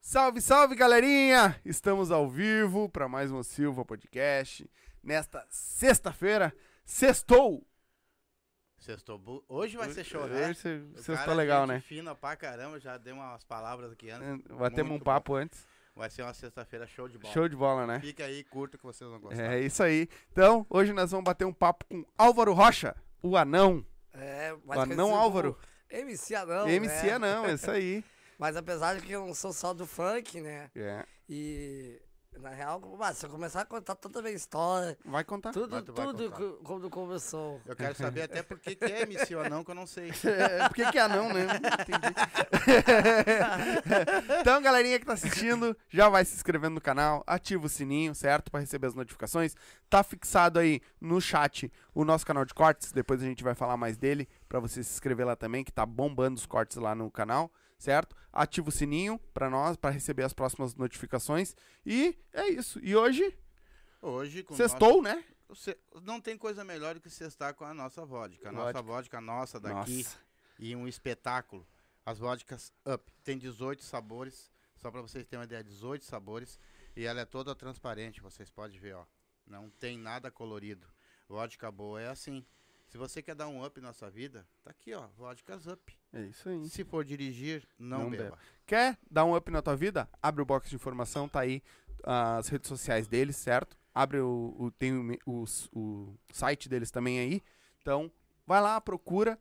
Salve, salve, galerinha! Estamos ao vivo para mais um Silva Podcast. Nesta sexta-feira, sextou! Sextou bu... Hoje vai ser show, né? Hoje cê- O Sextou cara é legal, gente né? fina pra caramba, já dei umas palavras aqui antes. Batemos um Muito papo antes. Vai ser uma sexta-feira show de bola. Show de bola, né? Fica aí, curta que vocês vão gostar. É isso aí. Então, hoje nós vamos bater um papo com Álvaro Rocha, o anão. É, O quer anão dizer, tipo, Álvaro. o MC Anão. MC né? anão, é isso aí. Mas apesar de que eu não sou só do funk, né? É. E na real, bah, se eu começar a contar toda a minha história, Ah, Vai contar. tudo, mas tu vai tudo contar. co- como começou. Eu quero saber até por que que é MC ou não, que eu não sei. É, por que, que é anão, né? Entendi. então, galerinha que tá assistindo, já vai se inscrevendo no canal, ativa o sininho, certo? Pra receber as notificações. Tá fixado aí no chat o nosso canal de cortes, depois a gente vai falar mais dele, pra você se inscrever lá também, que tá bombando os cortes lá no canal, certo? Ativa o sininho pra nós, pra receber as próximas notificações. E é isso. E hoje, Hoje, com o sextou, né? nosso- se- Não tem coisa melhor do que sextar com a nossa vodka. A nossa Vodka. vodka nossa daqui. Nossa. E um espetáculo. As vodkas Up. Tem 18 sabores. Só pra vocês terem uma ideia, 18 sabores. E ela é toda transparente, vocês podem ver, ó. Não tem nada colorido. Vodka boa é assim. Se você quer dar um up na sua vida, tá aqui, ó. Vodkas Up. É isso aí. Se for dirigir, não, Não beba. Quer dar um up na tua vida? Abre o box de informação, tá aí as redes sociais deles, certo? Abre o, o- tem o, me- o s- o site deles também aí. Então, vai lá, procura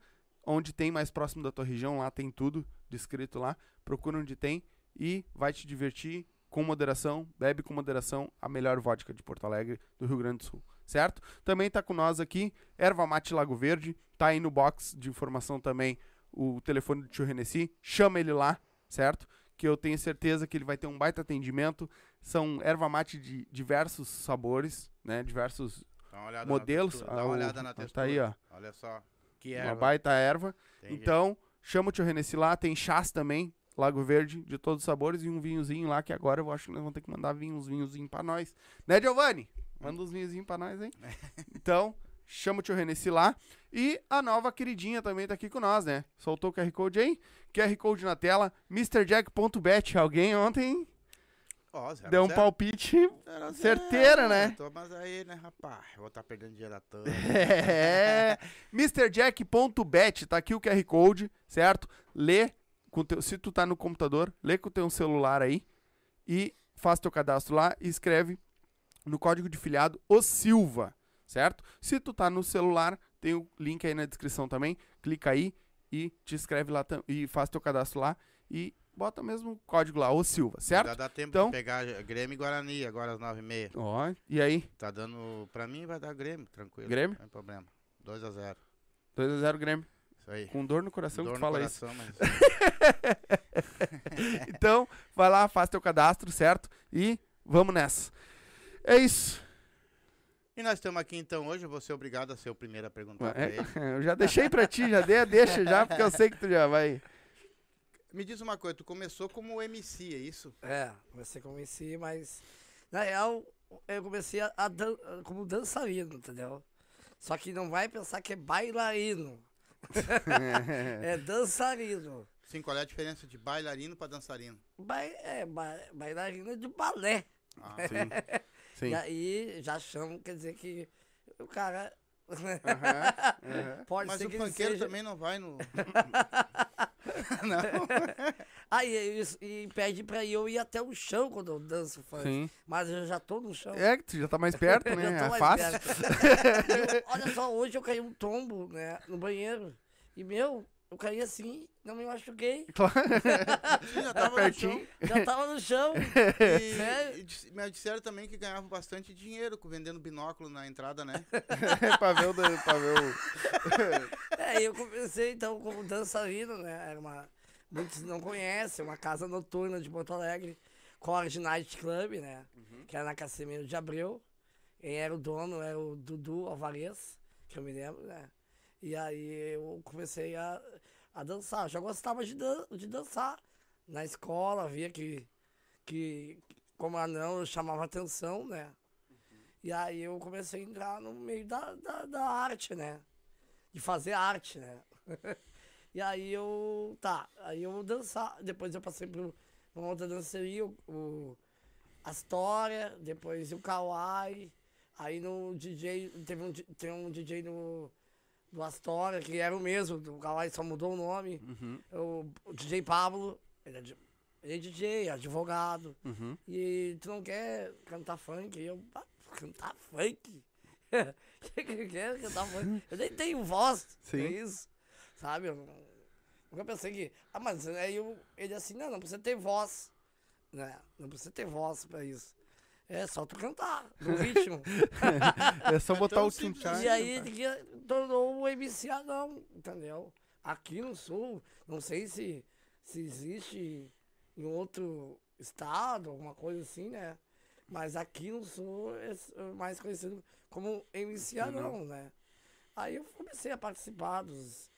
onde tem mais próximo da tua região, lá tem tudo descrito lá. Procura onde tem e vai te divertir com moderação, bebe com moderação a melhor vodka de Porto Alegre, do Rio Grande do Sul, certo? Também tá com nós aqui Erva Mate Lago Verde, tá aí no box de informação também o telefone do tio Renessi, chama ele lá, certo? Que eu tenho certeza que ele vai ter um baita atendimento. São erva mate de diversos sabores, né? Diversos Dá uma olhada modelos. na textura. Dá uma Ah, o- olhada na textura. Tá aí, ó. Olha só. Que Uma erva. baita erva. Tem jeito. Então, chama o tio Renessi lá, tem chás também, Lago Verde, de todos os sabores, e um vinhozinho lá, que agora eu acho que nós vamos ter que mandar vinho, uns vinhozinhos pra nós. Né, Giovanni? Manda uns vinhozinhos pra nós, hein? Então, chama o tio Renessi lá. E a nova queridinha também tá aqui com nós, né? Soltou o QR Code aí? QR Code na tela, MrJack.bet. Alguém ontem Ó, zero, deu um zero. palpite Zero, certeiro, zero, né? Tô, mas aí, né, rapaz? Eu Vou estar perdendo dinheiro à toa. É, MrJack.bet, tá aqui o QR Code, certo? Lê, com teu, se tu tá no computador, lê com teu celular aí e faz teu cadastro lá e escreve no código de filiado o Silva, certo? Se tu tá no celular, tem o link aí na descrição também, clica aí e te inscreve lá tam- e faz teu cadastro lá e bota mesmo o código lá, o Silva, certo? Já dá tempo Então- de pegar Grêmio e Guarani agora às 9h30. Ó, e aí? Tá dando. Pra mim vai dar Grêmio, tranquilo. Grêmio? Não tem problema. 2x0. 2x0 Grêmio. Isso aí. Com dor no coração Dor que tu no fala isso. coração, mas. Então, vai lá, faz teu cadastro, certo? E vamos nessa. É isso. E nós estamos aqui então hoje. Eu vou ser obrigado a ser o primeiro a perguntar pra ele. É, eu já deixei pra ti, já dei a deixa já, porque eu sei que tu já vai. Me diz uma coisa, tu começou como MC, é isso? É, comecei como MC, mas na real, eu comecei a, a dan- como dançarino, entendeu? Só que não vai pensar que é bailarino, é dançarino. Sim, qual é a diferença de bailarino pra dançarino? Ba é, ba bailarino de balé. Ah, Sim. Sim. E aí já chamo, quer dizer que o cara. Aham, aham. Pode mas ser o que ele funkeiro seja... também não vai no. Aí é isso, e pede pra eu ir até o chão quando eu danço funk. Sim. Mas eu já tô no chão. É que tu já tá mais perto, Eu né? tô É mais fácil. perto. E eu- olha só, hoje eu caí um tombo, né, no banheiro. E meu, eu caí assim, não me machuquei. Sim, já tava no chão. Pertinho. Já tava no chão. E, Né? e dis- me disseram também que ganhavam bastante dinheiro com- vendendo binóculo na entrada, né? é pra ver o. do- pra ver o- É, eu comecei então como dançarino, né? Era uma. Muitos não conhecem, uma casa noturna de Porto Alegre, Cord Night Club, né? Que era na Casimiro de Abreu. E era o dono, era o Dudu Alvarez, que eu me lembro, né? E aí eu comecei a, a dançar. Já gostava de, dan de dançar. Na escola, via que, que como anão eu chamava atenção, né? E aí eu comecei a entrar no meio da, da, da arte, né? de fazer arte, né? e aí eu. Tá, aí eu dançar. Depois eu passei pro Uma outra danceria, o, o Astoria, depois o Kawai. Aí no DJ, teve um, di- tem um DJ no, do Astoria, que era o mesmo, do Kawai só mudou o nome. É Uhum, O, o DJ Pablo, ele é, di- ele é DJ, advogado. uhum. E tu não quer cantar funk? E eu, "Ah, cantar funk? que que eu quero cantar funk? Eu nem tenho voz, Sim. é isso. Sabe? Eu não- nunca pensei que. Ah, mas aí eu, ele assim, não, não precisa ter voz. Né? Não precisa ter voz pra isso. É só tu cantar, no ritmo. É Então só botar tão o né? Tim simples. e aí ele que tornou o MC anão, entendeu? Aqui no sul, não sei se, se existe em outro estado, alguma coisa assim, né? Mas aqui no sul é s- é mais conhecido como MC Uhum. anão, né? Aí eu comecei a participar dos.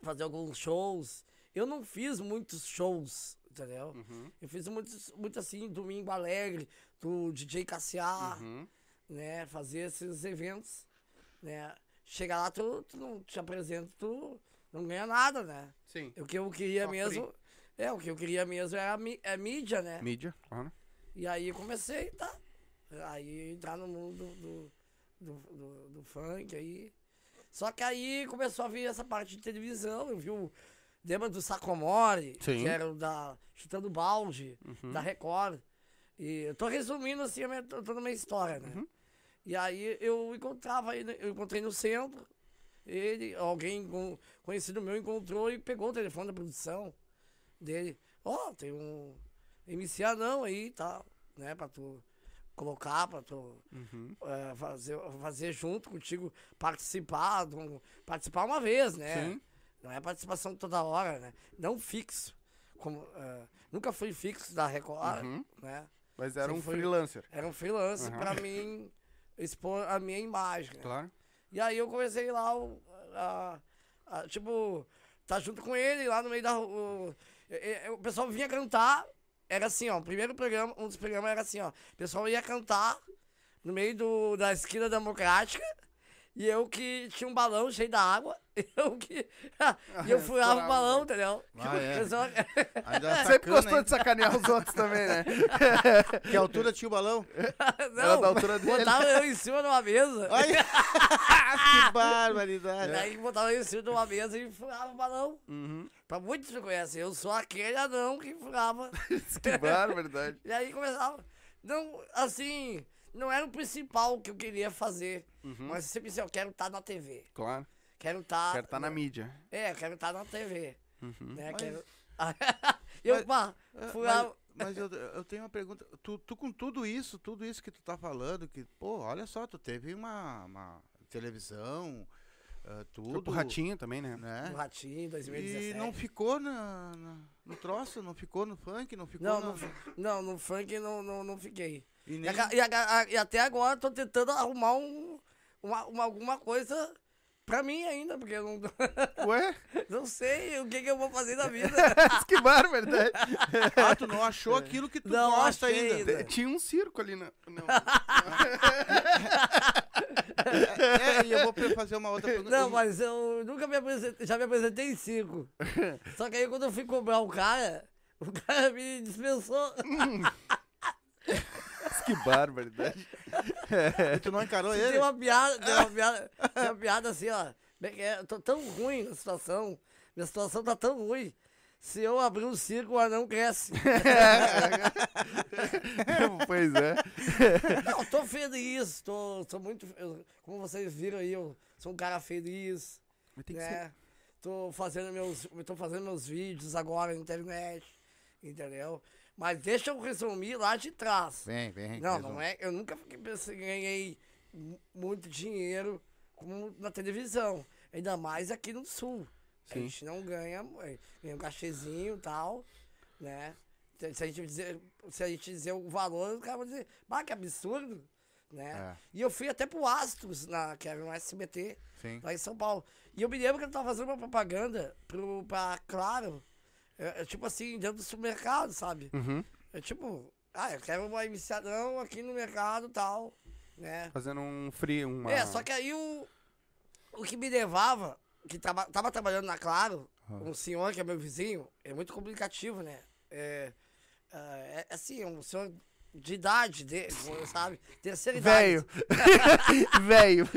fazer alguns shows. Eu não fiz muitos shows, entendeu? Uhum, Eu fiz muitos, muito assim, Domingo Alegre, do DJ Cassiar uhum. né? Fazer esses eventos, né? Chega lá, tu, tu não te apresenta, tu não ganha nada, né? Sim. O que eu queria Só free. mesmo. É, o que eu queria mesmo era a mí- é mídia, né? Mídia, claro. E aí eu comecei, tá? Aí entrar no mundo do, do, do, do funk aí. Só que aí começou a vir essa parte de televisão, eu vi o. Lembra do Sacomore, Sim. que era o da Chutando Balde, da Record. E eu tô resumindo assim a minha, toda a minha história, né? E aí eu encontrava ele, eu encontrei no centro, ele, alguém com- conhecido meu encontrou e pegou o telefone da produção dele. Ó, tem um MC anão aí e tal, né? Pra tu colocar, pra tu Uhum. eh, fazer, fazer junto contigo, participar, de um- participar uma vez, né? Sim. Não é participação toda hora, né? Não fixo. Como, eh, nunca fui fixo da Record, Uhum. né? Mas era Você um foi- freelancer. Era um freelance pra mim expor a minha imagem. né? Claro. E aí eu comecei lá, o- a- a- tipo, tá junto com ele lá no meio da rua. e- e- O pessoal vinha cantar, era assim, ó. O primeiro programa, um dos programas era assim, ó. O pessoal ia cantar no meio do, da esquina democrática. E eu que tinha um balão cheio da água. Eu que. e eu furava Estourava. o balão, entendeu? Ah, é. O pessoal- Ainda Sempre sacana, gostou hein? de sacanear os outros também, né? Que altura tinha o balão? Era da Não, altura dele. botava eu em cima de uma mesa. Olha! que barbaridade! Daí botava eu em cima de uma mesa e furava o balão. Uhum. Pra muitos me conhecem, eu sou aquele anão que furava. Que barbaridade. e aí começava. Não, assim, não era o principal que eu queria fazer. Mas eu sempre disse, eu quero estar na TV. Claro. Quero estar. Quero estar na mídia. É, quero estar na TV. Né, Mas- quero... eu, pá, Ah, furava. Mas, mas eu, eu tenho uma pergunta. Tu, tu com tudo isso, tudo isso que tu tá falando, que, pô, olha só, tu teve uma, uma televisão, ah, Foi tudo. pro ratinho também, né? O Né? Ratinho, E 2017. não ficou na, na- no troço, não ficou no funk, não ficou Não, na- não, fu- não, no funk não, não, não fiquei. E E, nem... aga- e aga- e até agora eu tô tentando arrumar um, uma, uma- alguma coisa pra mim ainda, porque eu não, Ué? não sei o que, que eu vou fazer na vida. que barbaridade. Ah, tu não achou aquilo que tu Não gosta achei ainda. ainda. Tinha um circo ali na. Não. É, e eu vou pre- fazer uma outra pergunta. Não, mas eu nunca me apresentei, já me apresentei em cinco. Só que aí quando eu fui cobrar o cara, o cara me dispensou. que barbaridade. E tu não encarou ele? Tem uma piada, tem uma piada, tem uma piada assim, ó. Bem que é, Eu tô tão ruim na situação, minha situação tá tão ruim. Se eu abrir um circo, o anão cresce. pois é. Não, tô feliz, tô, tô muito. eu- como vocês viram aí, eu sou um cara feliz. né? Tô fazendo meus. Tô fazendo meus vídeos agora na internet, entendeu? Mas deixa eu resumir lá de trás. Vem, vem. não, faz não um- é. Eu nunca fiquei pensando, ganhei mu- muito dinheiro como na televisão. Ainda mais aqui no sul. A Sim. gente não ganha, é, ganha um cachezinho e tal, né? Se se a, gente dizer, se a gente dizer o valor, o cara vai dizer, bah, que absurdo, É. né? E eu fui até pro Astros, na, que era no SBT, Sim. lá em São Paulo. E eu me lembro que eu tava fazendo uma propaganda pro, pra Claro, é, é tipo assim, dentro do supermercado, sabe? Uhum. É tipo, ah, eu quero uma iniciadão aqui no mercado e tal, né? Fazendo um free, uma. É, só que aí o, o que me levava, que tava, tava trabalhando na Claro, um senhor que é meu vizinho, é muito complicativo, né? É, ah, é, assim, um senhor de idade, de, sabe? Terceira idade. Velho. Velho.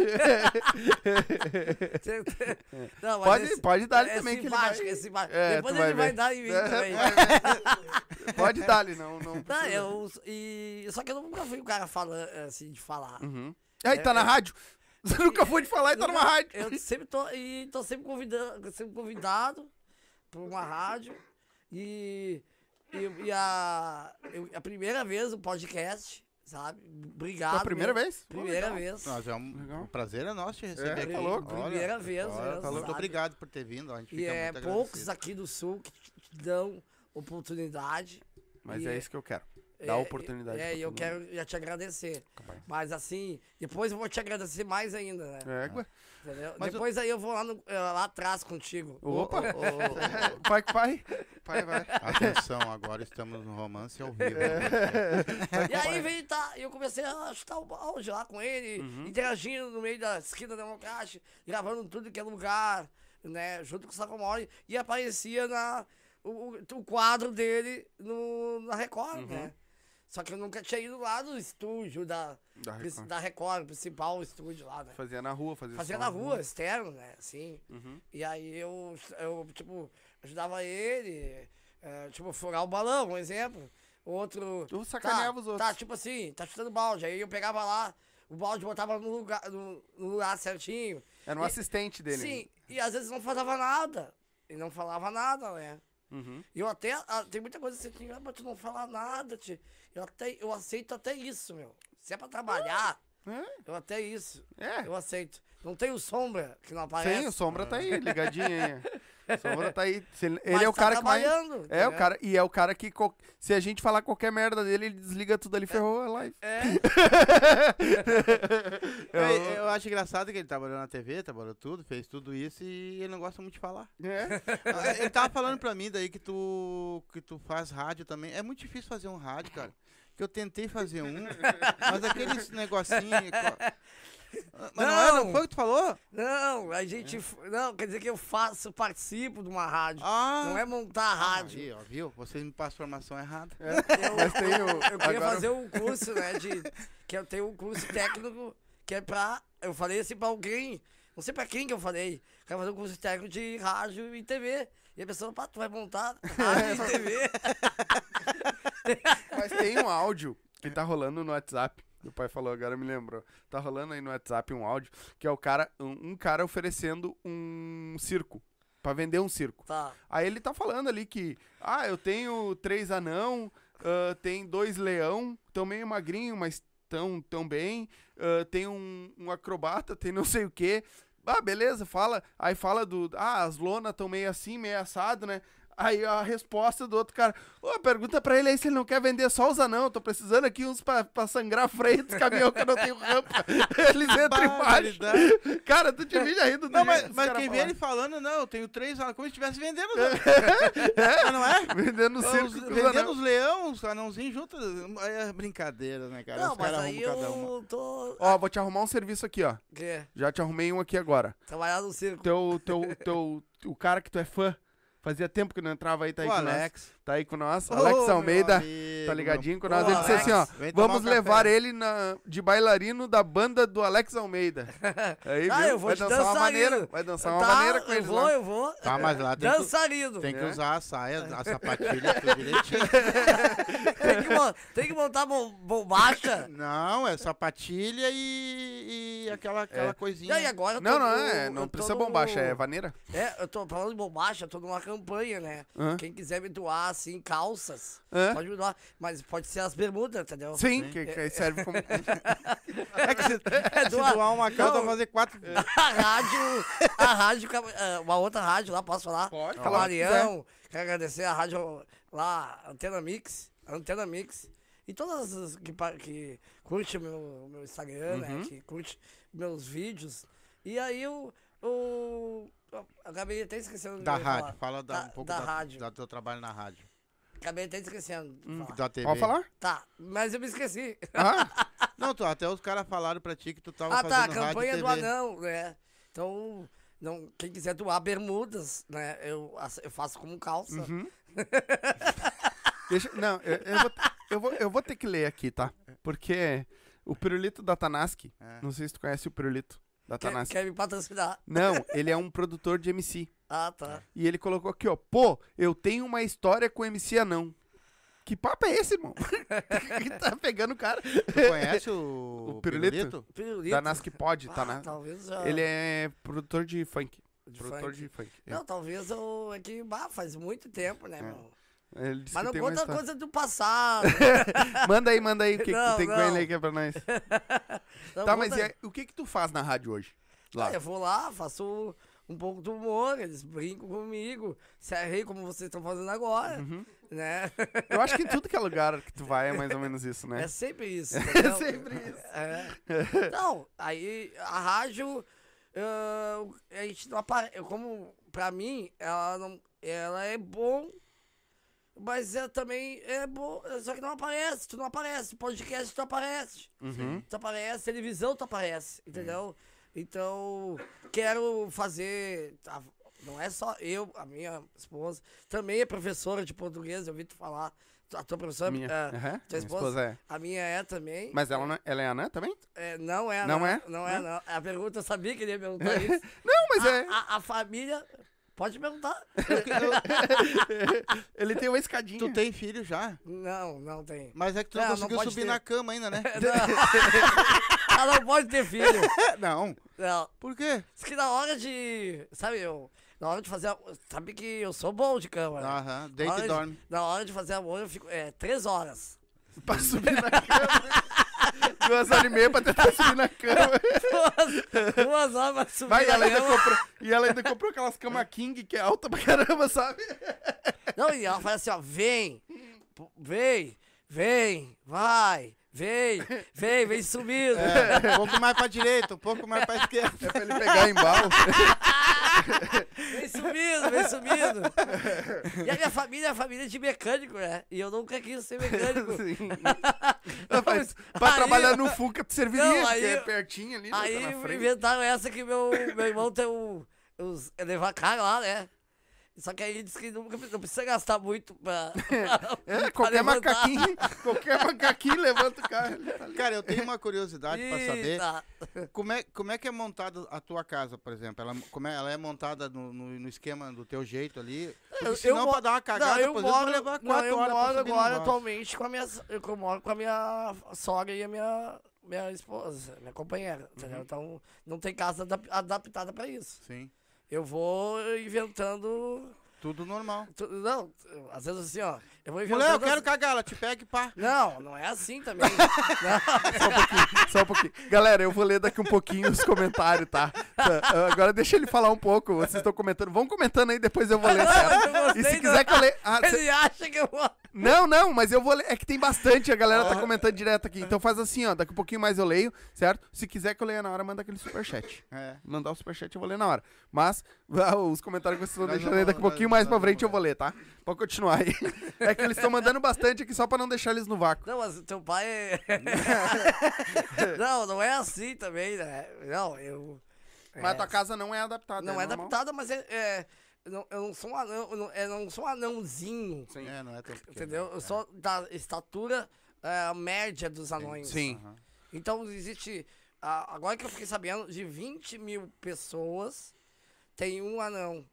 Tem- tem- Não, mas Pode, esse- pode dar é ele também que ele simpático, vai. é simpático. É, Depois tu vai ele vai ver. É, dar em mim também. Pode dar ele, não. não Não, precisa. eu, e, só que eu nunca fui um cara falando, assim, de falar. Uhum. Aí tá na rádio. Você nunca foi de falar e tá Nunca- numa rádio. É, Eu sempre tô, e tô sempre convidado, sempre convidado pra uma rádio. E, e, e a, eu- a primeira vez o podcast, sabe? Obrigado. Foi a primeira mesmo. vez? Pô, Primeira legal. vez. Nós é um, Legal. um prazer é nosso te receber É, aqui. tá louco. Primeira vez olha, mesmo, tá louco. sabe? Muito obrigado por ter vindo. A gente E fica é muito poucos agradecido. aqui do sul que te- te dão oportunidade. Mas E é é- isso que eu quero. É, Dá oportunidade. É, pra e eu todo mundo. quero já te agradecer. Capaz. Mas assim, depois eu vou te agradecer mais ainda, né? É, ué. Entendeu? Mas eu- depois aí eu vou lá, no- eh, lá atrás contigo. Opa! Ô, Ah, ô, ô, ô, tá. Pai que pai. Pai, vai. Atenção, agora estamos no romance ao vivo. né? É. E aí veio tá, eu comecei a chutar o balde lá com ele, Uhum. interagindo no meio da esquina democrática, gravando tudo que é lugar, né? Junto com o Sacomori. E aparecia na, o, o- o quadro dele no, na Record, Uhum. né? Só que eu nunca tinha ido lá no estúdio da, Da Record. da Record, principal estúdio lá, né? Fazia na rua, fazia Fazia som na rua, externo, né? Assim. Uhum. E aí eu, eu tipo, ajudava ele, eh, tipo, furar o balão, um exemplo. Outro. Tu sacaneava tá, os outros. Tá, tipo assim, tá chutando balde. Aí eu pegava lá, o balde botava no lugar, no, no lugar certinho. Era um E- assistente dele. Sim, e às vezes não falava nada. E não falava nada, né? Uhum. Eu até. ah, tem muita coisa que você tem, ah, mas tu não fala nada, tio. Eu, até, eu aceito até isso, meu. Se é pra trabalhar, É, eu até isso. É. Eu aceito. Não tenho sombra que não aparece. Sim, o Sombra tá aí, ligadinho aí. O Sombra tá aí. Se Ele, ele Mas é o tá cara que mais. trabalhando, né? É, o entendeu? cara. E é o cara que. co- Se a gente falar qualquer merda dele, ele desliga tudo ali, ferrou a live. É. Eu, eu acho engraçado que ele trabalhou na TV, trabalhou tudo, fez tudo isso e ele não gosta muito de falar. É. Ah, Ele tava falando pra mim daí que tu, que tu faz rádio também. É muito difícil fazer um rádio, cara. Que eu tentei fazer um, mas aquele negocinho. co- Ah, Mas não, é, não Não. foi o que tu falou? Não, a É. gente. f- Não, quer dizer que eu faço, participo de uma rádio. Ah, Não é montar a rádio. Aí, ó, viu? Você me passou a informação errada. Eu, Mas tem o. eu queria agora- fazer um curso, né? De, que eu tenho um curso técnico que é pra. Eu falei assim pra alguém. Não sei pra quem que eu falei. Eu quero fazer um curso técnico de rádio e TV. E a pessoa, pá, tu vai montar rádio e TV. Mas tem um áudio que tá rolando no WhatsApp. Meu pai falou, agora me lembrou. Tá rolando aí no WhatsApp um áudio que é o cara, um, um cara oferecendo um circo. Pra vender um circo. Tá. Aí ele tá falando ali que, ah, eu tenho três anão, ah, tem dois leão, tão meio magrinho, mas tão, tão bem, ah, tem um, um acrobata, tem não sei o quê. Ah, beleza, fala. Aí fala do, ah, as lonas tão meio assim, meio assado, né? Aí a resposta do outro cara, ô, pergunta pra ele aí se ele não quer vender só os anão, tô precisando aqui uns pra, pra sangrar freio dos caminhão que eu não tenho rampa. Eles entram embaixo. Barbaridade. Cara, tu te viu já rindo do jeito Não, mas, que os mas cara quem vê falaram. ele falando, não, eu tenho três, ah, como se estivesse vendendo. Mas não é? Vendendo Os- circo com os vendendo anão. os leão, os anãozinhos juntos. É brincadeira, né, cara? Não, os mas caras aí arrumam cada uma. eu tô. Ó, vou te arrumar um serviço aqui, ó. Quê? Já te arrumei um aqui agora. Trabalhar no circo. Teu, teu, teu, o cara que tu é fã. Fazia tempo que não entrava aí, tá aí O com Alex. nós. Tá aí com nós. Ô, Alex meu Almeida, amigo, tá ligadinho com meu- nós. Ô, Ele disse assim, ó, Alex, vem tomar vamos um levar café. ele na, de bailarino da banda do Alex Almeida. Aí, Ah, viu? eu vou Vai te dançar uma maneira. Vai dançar é uma tá, maneira com eu eles né? vou, lá. eu vou. Tá, mas lá tem que, Dançarino. tem que É. usar a saia, a sapatilha, tudo direitinho. Tem que, mon- tem que montar bom- bombacha. Não, é sapatilha e, e aquela, aquela É. E coisinha. aí, agora eu tô Não, não, no- é, eu não tô precisa no- bombacha, é vaneira. É, eu tô falando de bombacha, eu tô numa campanha, né? Hã? Quem quiser me doar, assim, calças, Hã? pode me doar. Mas pode ser as bermudas, entendeu? Sim, que, que serve como... É que se, se doar- doar uma calça, Não. vai fazer quatro. A rádio, a rádio, Cam- eh, uma outra rádio lá, posso falar? Pode, fala o que Camaleão, quero agradecer a rádio lá, Antena Mix, Antena Mix. E todas as que, pa- que curte meu, meu Instagram, Uhum. né? Que curte meus vídeos. E aí eu, eu, eu acabei até esquecendo do Da que eu ia rádio, falar. fala da, um pouco da, da, rádio. da Hum. teu trabalho na rádio. Acabei até esquecendo. de falar. Da TV. Pode falar? Tá, mas eu me esqueci. Ah, Não, tu, até os caras falaram pra ti que tu tava Ah, tá, a fazendo campanha rádio e do TV. anão, né? Então, não, quem quiser Uhum. doar bermudas, né? Eu, ace- eu faço como calça. Deixa, não, eu, eu vou, eu, vou, eu vou ter que ler aqui, tá? Porque o pirulito da Tanaski, É. não sei se tu conhece o pirulito da Quer, Tanaski. quer me patrocinar? Não, ele é um produtor de MC. Ah, tá. E ele colocou aqui, ó, pô, eu tenho uma história com MC anão. Que papo é esse, irmão? que tá pegando o cara? Tu conhece o, O pirulito? Pirulito. Tanaski pode, Ah, tá, né? Talvez já. Ele é produtor de funk. de produtor funk. de funk. é. Não, talvez eu. É que bah, faz muito tempo, né, meu? Ele disse É. que Mas não tem uma conta história. coisa do passado. Manda aí, manda aí o que, que tu Não, tem com não. ele aí que é pra nós. Não tá, conta- mas e aí, o que que tu faz na rádio hoje? Lá. Eu vou lá, faço um pouco do humor, eles brincam comigo, se arreio como vocês estão fazendo agora, Uhum. né? Eu acho que em tudo que é lugar que tu vai é mais ou menos isso, né? É sempre isso. entendeu? sempre isso. É. Não, aí a rádio, ah, a gente não aparece. Como, pra mim, ela, não, ela é bom, mas é também é bom. Só que não aparece, tu não aparece. Podcast tu aparece. Uhum. Tu aparece, televisão tu aparece, entendeu? Então, quero fazer. a- não é só eu, a minha esposa, também é professora de português, eu ouvi tu falar. A tua professora. Minha, é, aham, minha tua esposa, esposa é. A minha é também. Mas ela, não- ela é anã também? É, não é, Não é? Não é, não. A pergunta, eu sabia que ele ia perguntar isso. Não, mas é. A, a, a família. Pode perguntar. Ele tem uma escadinha. Tu tem filho já? Não, não tem. Mas é que tu não, Não, não conseguiu pode subir ter. na cama ainda, né? Ela Ah, não pode ter filho. não. Não. Por quê? Diz que na hora de. Sabe, eu. Na hora de fazer. a- Sabe que eu sou bom de cama. Ah. né? Aham, Na deita hora e de- dorme. Na hora de fazer amor, eu fico. É, três horas. Pra subir na cama. Duas horas e meia pra tentar subir na cama. Duas, duas horas pra subir. Vai, na ela ainda cama. comprou. E ela ainda comprou aquelas camas King que é alta pra caramba, sabe? Não, e ela fala assim, ó, vem, pô, vem, vem, vai, vem, vem, vem subindo. É, um pouco mais pra direita, um pouco mais pra esquerda. É pra ele pegar embalo. Vem subindo, vem subindo. E a minha família é a família de mecânico, né? E eu nunca quis ser mecânico. Sim. Mas assim. pra Aí- trabalhar no Fuca tu serviria, Não, porque aí- é pertinho ali, né, Aí tá na frente. inventaram essa que meu, meu irmão tem um, uns elevacar lá, né? Só que aí disse que nunca, não precisa gastar muito pra. É, pra qualquer levantar. macaquinho, qualquer macaquinho levanta o carro. ele tá ali. Cara, eu tenho uma curiosidade pra saber. Eita. Como é, como é que é montada a tua casa, por exemplo? Ela, como é, ela é montada no, no- no esquema do teu jeito ali? Porque senão mo- pra dar uma cagada, não, eu por exemplo, moro, vai levar não, quatro eu horas pra moro subir num agora negócio. atualmente com a minha. so- Eu co- moro com a minha sogra e a minha, minha esposa, minha companheira. Entendeu? Uhum. Então não tem casa adap- adaptada pra isso. Sim, Eu vou inventando. tudo normal. tu- Não, às vezes assim, ó. Eu vou inventando. Mulher, eu as- quero cagar, ela te pega e pá. Não, não é assim também. Só um pouquinho, só um pouquinho. Galera, eu vou ler daqui um pouquinho os comentários, tá? Tá, Agora deixa ele falar um pouco, vocês estão comentando. Vão comentando aí, depois eu vou ler, mas eu certo? E gostei se do- quiser que eu leia... Ah, cê- Ele acha que eu vou. Não, não, mas eu vou ler. É que tem bastante, a galera Ah. tá comentando direto aqui. Então faz assim, ó, daqui um pouquinho mais eu leio, certo? Se quiser que eu leia na hora, manda aquele superchat. É. Mandar o superchat eu vou ler na hora. Mas ah, os comentários que vocês estão Nós deixando vamos- aí daqui um nós- pouquinho mais nós pra vamos frente eu vou ler, tá? Pode continuar aí. É que eles estão mandando bastante aqui só pra não deixar eles no vácuo. Não, mas o teu pai é. não, não é assim também, né? Não, eu. Mas a É. tua casa não é adaptada. Não é normal? adaptada, mas é. é- eu não- eu não sou um anão, eu não, eu não sou um anãozinho. Sim. É, não é tão pequeno. Entendeu? Eu sou da estatura é, média dos anões. Sim. Aham. Então existe. a- agora que eu fiquei sabendo, de 20 mil pessoas tem um anão.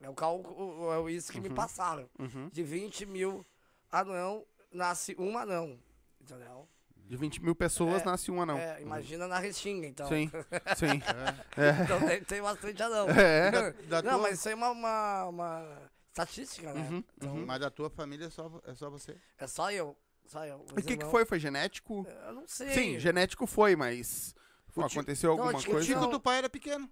É o cálculo, é isso que me Uhum. passaram. De 20 mil anão, nasce um anão. Entendeu? De 20 mil pessoas É, nasce um anão. É, imagina na restinga, então. Sim, sim. Então tem, tem bastante anão. É. Da- da não, tua- mas isso aí é uma, uma, uma estatística, né? Uhum. Então, Mas da tua família é só, é só você. É só eu. Só eu. E o que, Meus que irmãos- foi? Foi genético? Eu não sei. Sim, genético foi, mas. aconteceu Não, alguma acho que O coisa? tico Não. do pai era pequeno.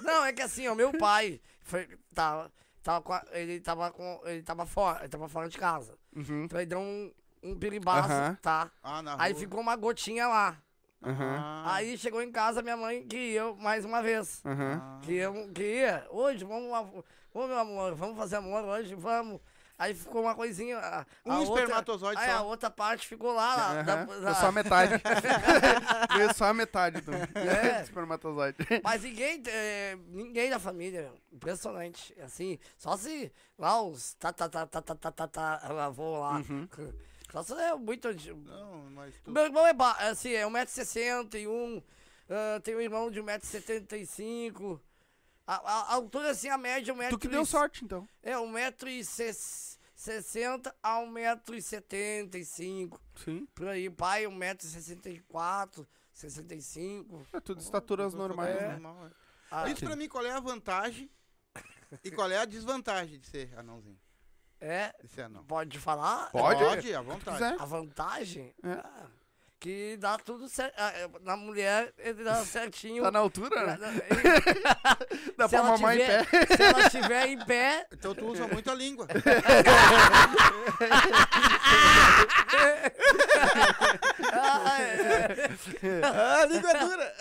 Não, é que assim, o meu pai foi, tava, tava com a- ele tava com. Ele tava fora, ele tava fora de casa. Uhum. Então ele deu um, um piribaço, Aham. tá? Ah, na Aí rua. ficou uma gotinha lá. Aham. Ah, Aí chegou em casa minha mãe que eu mais uma vez. um, Aham. ah. Que eu que ia. Hoje, vamos. lá, Ô meu amor, vamos fazer amor hoje, vamos. Aí ficou uma coisinha. A, Um a espermatozoide outra, só. aí a outra parte ficou lá. lá da- Aham, da- Eu só a metade. Veio só a metade do É. espermatozoide. Mas ninguém, eh, ninguém da família, meu. impressionante. Assim, só se lá os tá, tá, tá, tá, tá, tá, tá, tá avô lá. Uhum. Só se é muito antigo. Ah, Não, mas tu... Meu irmão é, ba assim, é 1,61m, ah, tem um irmão de 1,75m. A, a, a altura, assim, a média é 1,60m. Tu que deu sorte, então. É 1,60m a 1,75m. Sim. Por aí, pai, 1,64m, 65 É tudo estaturas normais, né? normal, é. Ah, Diz pra mim qual é a vantagem e qual é a desvantagem de ser anãozinho. É, De ser anão. pode falar? Pode? Pode, à vontade. Quiser. A vantagem? É. Ah, que dá tudo certo. Ah, Na mulher, ele dá certinho. Tá na altura, Na- né? na- Dá se pra ela mamar em tiver- pé. Se ela tiver em pé, Então tu usa muito a língua. ah, é, a língua é dura.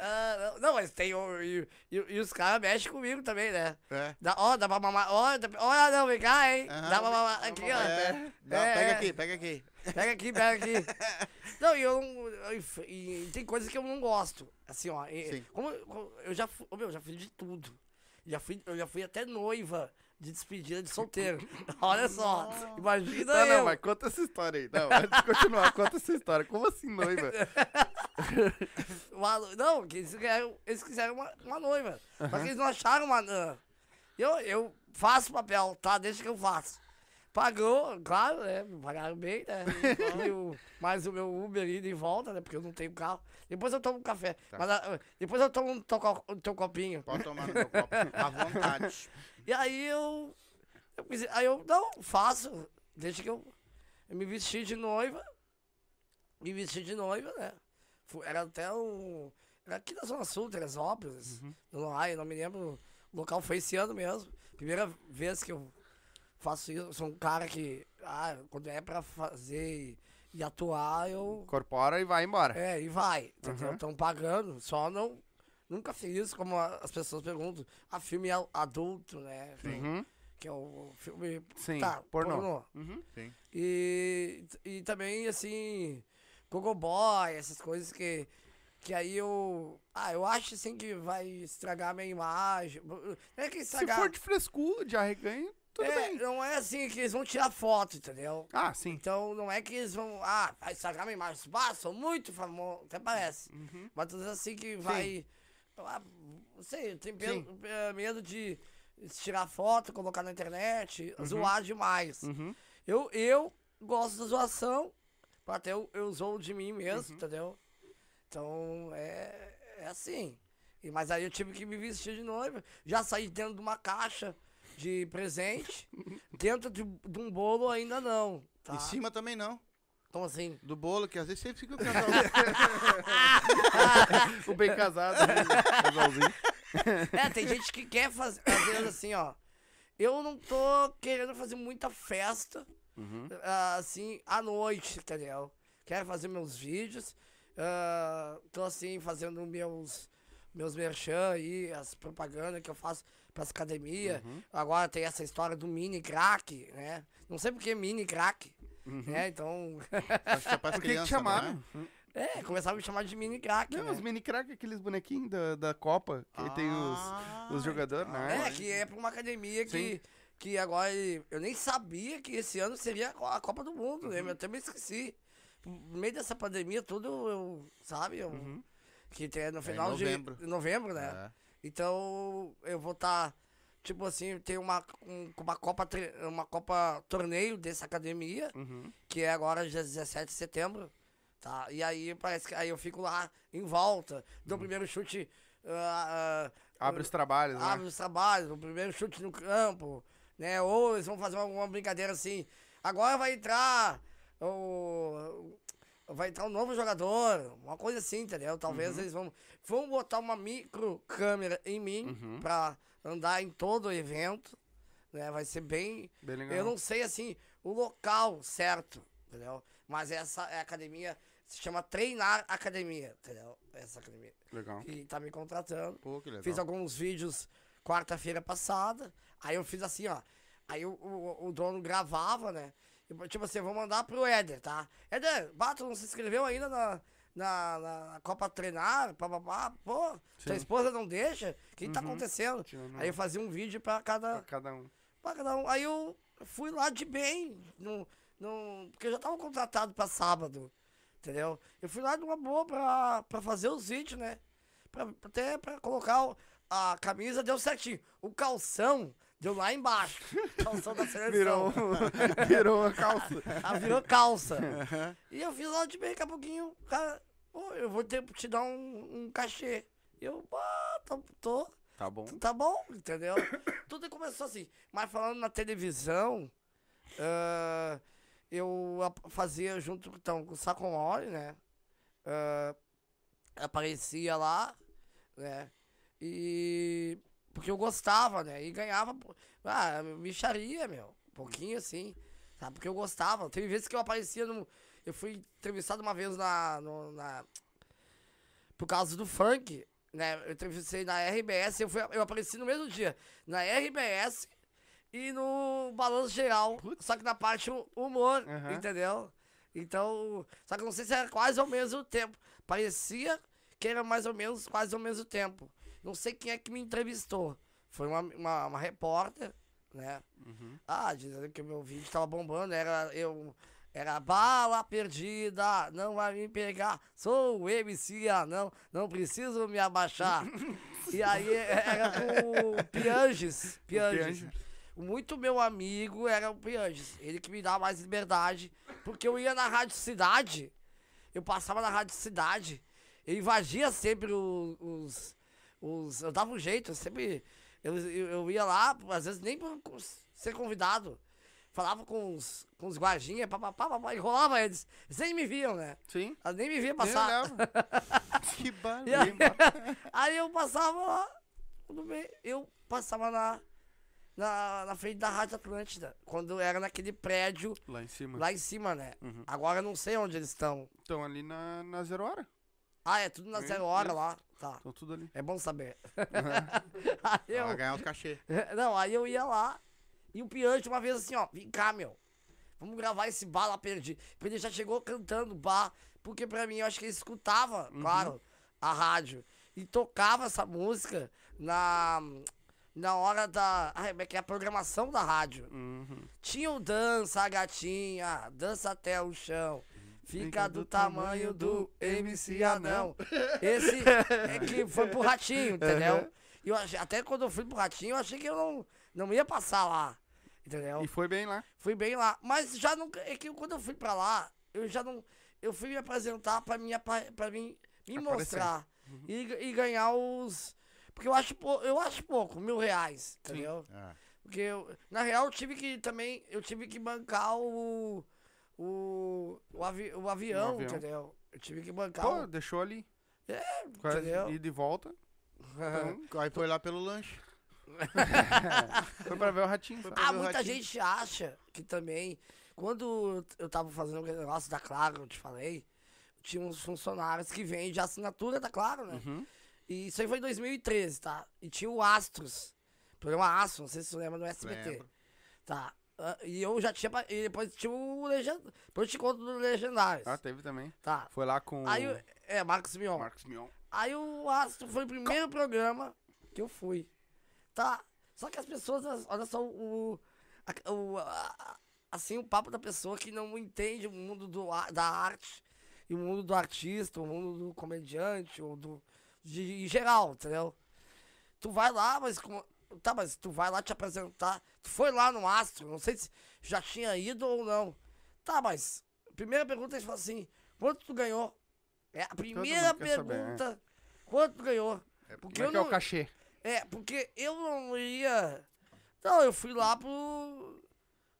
ah, não, mas tem. o- E, e, e os caras mexem comigo também, né? É. Dá, ó, dá pra mamar. Ó, dá, ó não, vem cá, hein? Aham. Dá pra mamar. Aqui, ó. É. Não, É, pega é. aqui, pega aqui. Pega aqui, pega aqui. Não, e eu não. eu- e- e tem coisas que eu não gosto. Assim, ó. e- Sim. como, eu- como eu já fui. ô, meu, eu já fiz de tudo. Já fui, eu já fui até noiva de despedida de solteiro. Olha só. Imagina Não, é eu. não, mas conta essa história aí. Não, antes de continuar, conta essa história. Como assim noiva? Uma- não, que eles quiseram, eles quiseram uma, uma noiva. Só que eles não acharam uma. ah, Eu, eu faço papel, tá? Deixa que eu faço. Pagou, claro, né? Me pagaram bem, né? E o- mais o meu Uber indo e volta, né? Porque eu não tenho carro. Depois eu tomo um café. Mas, ah, depois eu tomo um teu, co- o teu copinho. Pode tomar no meu copo. À vontade. E aí eu. eu pensei- aí eu, não, faço. Deixa que eu. Eu me vesti de noiva. Me vesti de noiva, né? Fu- Era até um. Era aqui na Zona Sul, Teresópolis. Não, ai, não me lembro. O local foi esse ano mesmo. Primeira vez que eu faço isso. Eu sou um cara que. Ah, quando é pra fazer e, e atuar, eu. Incorpora e vai embora. É, e vai. Entendeu? Aham. Estão pagando, só não. Nunca fiz isso, como a- as pessoas perguntam. A filme é adulto, né? Uhum. Que é o filme. Sim, tá, pornô. pornô. Uhum. Sim. E, e também, assim, Google Boy, essas coisas que. Que aí eu. Ah, eu acho assim que vai estragar a minha imagem. Não é que Se estragar. for de frescura, de arreganho, tudo é, bem. Não é assim que eles vão tirar foto, entendeu? Ah, sim. Então não é que eles vão. Ah, vai estragar minha imagem. Ah, sou muito famoso. Até parece. Uhum. Mas tô dizendo assim que vai. Ah, não sei, tem pe- Sim. eh, medo de tirar foto, colocar na internet, zoar demais. Uhum. Eu, eu gosto da zoação, até eu, eu zoo de mim mesmo, Uhum. entendeu? Então é, é assim. E, mas aí eu tive que me vestir de noiva. Já saí dentro de uma caixa de presente. dentro de, de um bolo ainda não. Tá? Em cima também não. Como assim? Do bolo, que às vezes sempre fica o casal. O bem casado, né? casalzinho. É, tem gente que quer fazer, às vezes, assim, ó. Eu não tô querendo fazer muita festa, ah, assim, à noite, entendeu? Quero fazer meus vídeos, ah, tô, assim, fazendo meus, meus merchan aí, as propagandas que eu faço pras academias. Agora tem essa história do mini crack, né? Não sei por que mini crack, né? Então, Acho que é pras Por que que crianças, chamaram? não é? é, começaram a me chamar de mini crack, Não, né? os mini crack, aqueles bonequinhos da, da Copa, que tem Ah, os, os jogadores, né? É, que é pra uma academia Sim. que, que agora. ele- Eu nem sabia que esse ano seria a Co- a Copa do Mundo, Uhum. né? Eu até me esqueci. No meio dessa pandemia, tudo eu. Sabe? Eu, Que tem no final de Uhum. É, novembro. novembro, É. né? Então eu vou estar. tipo assim, tem uma, um- uma, Copa, tre- uma Copa Torneio dessa academia, Uhum. que é agora dia 17 de setembro. Tá, e aí parece que aí eu fico lá em volta, dou o Uhum. primeiro chute. ah, ah, Abre os trabalhos, né? abre os trabalhos, o primeiro chute no campo, né? Ou eles vão fazer alguma brincadeira assim. Agora vai entrar o. Vai entrar um novo jogador, uma coisa assim, entendeu? Talvez eles vão. Vão botar uma micro câmera em mim pra andar em todo o evento. Né? Vai ser bem. Bem legal. Eu não sei assim o local certo, entendeu? Mas essa é a academia se chama Treinar Academia, entendeu? Essa academia. Legal. E tá me contratando. Pô, que legal. Fiz alguns vídeos quarta-feira passada. Aí eu fiz assim, ó. Aí o, o, o dono gravava, né? E, tipo assim, eu vou mandar pro Éder, tá? Éder, Bato, não se inscreveu ainda na, na, na Copa Treinar? Papapá, pô, sua Sim. esposa não deixa? O que, que tá Uhum. acontecendo? Tinha no- Aí eu fazia um vídeo pra cada. pra cada um. Pra cada um. Aí eu fui lá de bem, no, no, porque eu já tava contratado pra sábado, entendeu? Eu fui lá de uma boa pra, pra fazer os vídeos, né? Pra, até pra colocar o- a camisa, deu certinho. O calção deu lá embaixo. Calção da seleção. Virou, um- virou uma calça. Ah, virou calça. E eu fiz lá de bem, daqui a pouquinho, o cara, "Ô, eu vou ter, te dar um, um cachê. E eu, ah, tô, tô, Tá bom. Tá bom, entendeu? Tudo começou assim. Mas falando na televisão, ah, eu ap- fazia junto então, com o Sacomore, né? Ah, aparecia lá, né? E. Porque eu gostava, né? E ganhava. pô, Ah, micharia, meu. Um pouquinho assim. Sabe? Porque eu gostava. Teve vezes que eu aparecia no. Eu fui entrevistado uma vez na. no- na por causa do funk, né? Eu entrevistei na RBS, eu, fui, eu apareci no mesmo dia, na RBS e no Balanço Geral, só que na parte hu- humor, Aham. entendeu? Então, só que eu não sei se era quase ao mesmo tempo. Parecia que era mais ou menos quase ao mesmo tempo. Não sei quem é que me entrevistou. Foi uma, uma, uma repórter, né? Ah, dizendo que o meu vídeo tava bombando, era eu. Era bala perdida, não vai me pegar. Sou o MC, ah, não, não preciso me abaixar. e aí é, era com o Pianges. Pianges. Pianges. Muito meu amigo era o Pianges. Ele que me dá mais liberdade. Porque eu ia na Rádio Cidade, eu passava na Rádio Cidade, eu invadia sempre o- os. os eu dava um jeito, eu sempre. Eu, eu, eu ia lá, às vezes nem por co- ser convidado. Falava com os, com os guardinhas, papapá, papapá, enrolava eles. Eles nem me viam, né? Sim. Elas nem me viam Nem passar. olhava. Que E barulho. aí, aí eu passava lá, tudo bem, eu passava na, na, na frente da Rádio Atlântida, quando era naquele prédio Lá em cima. lá em cima, né? Agora eu não sei onde eles estão. Estão ali na, na zero hora. Ah, é tudo na Sim, zero hora isso. lá. Tá. Estão tudo ali. É bom saber. aí eu, Ela vai Ah, ganhar os cachê. Não, aí eu ia lá e o Piante uma vez assim, ó, vem cá, meu. Vamos gravar esse bar lá perdido. Ele já chegou cantando bar, porque pra mim eu acho que ele escutava, Uhum. claro, a rádio. E tocava essa música na, na hora da. ah, Como é que é a programação da rádio? Uhum. Tinha o dança, gatinha, dança até o chão. Fica Fica do do tamanho tamanho do do MC MC Anão. Anão. Esse é que foi pro ratinho, entendeu? E eu achei- até quando eu fui pro ratinho, eu achei que eu não, não ia passar lá. Entendeu? E foi bem lá. Fui bem lá. Mas já não. É que quando eu fui pra lá, eu já não. Eu fui me apresentar pra, minha, pa- pra mim me Aparecer. Uhum. mostrar. E, e ganhar os. Porque eu acho, pou- eu acho pouco, mil reais, entendeu? Ah. Porque eu, na real, eu tive que também, eu tive que bancar o o, o, avi, o avião, O avião. entendeu? Eu tive que bancar. Pô, o- deixou ali. Quase entendeu? ida e volta. Então, Aí foi lá pelo lanche. foi pra ver o ratinho. sabe? Ah, o muita Ratinho. gente acha que também quando eu tava fazendo aquele negócio da Claro, eu te falei, tinha uns funcionários que vendem a assinatura da Claro, né? Uhum. E isso aí foi em 2013, tá? E tinha o Astros, programa Astros, não sei se você lembra do SBT. Lembro. Tá. Ah, E eu já tinha. pa- E depois tinha o Legendário. Depois eu te conto do Legendários. Ah, teve também. Tá. Foi lá com Aí, eu- o é, Marcos Mion. Marcos Mion. é Aí o Astro foi o primeiro programa que eu fui. Tá? Só que as pessoas, elas- olha só o. a- o- a- a- assim, o papo da pessoa que não entende o mundo do, a- da arte, e o mundo do artista, o mundo do comediante, ou do. De, em geral, entendeu? Tu vai lá, mas. com- tá, mas tu vai lá te apresentar. Tu foi lá no Astro, não sei se já tinha ido ou não. Tá, mas. Primeira pergunta, eles falam assim: quanto tu ganhou? É a primeira mundo quer saber, né? pergunta. Quanto tu ganhou? Como Porque é eu que é não. o cachê? É, porque eu não ia. Não, eu fui lá pro.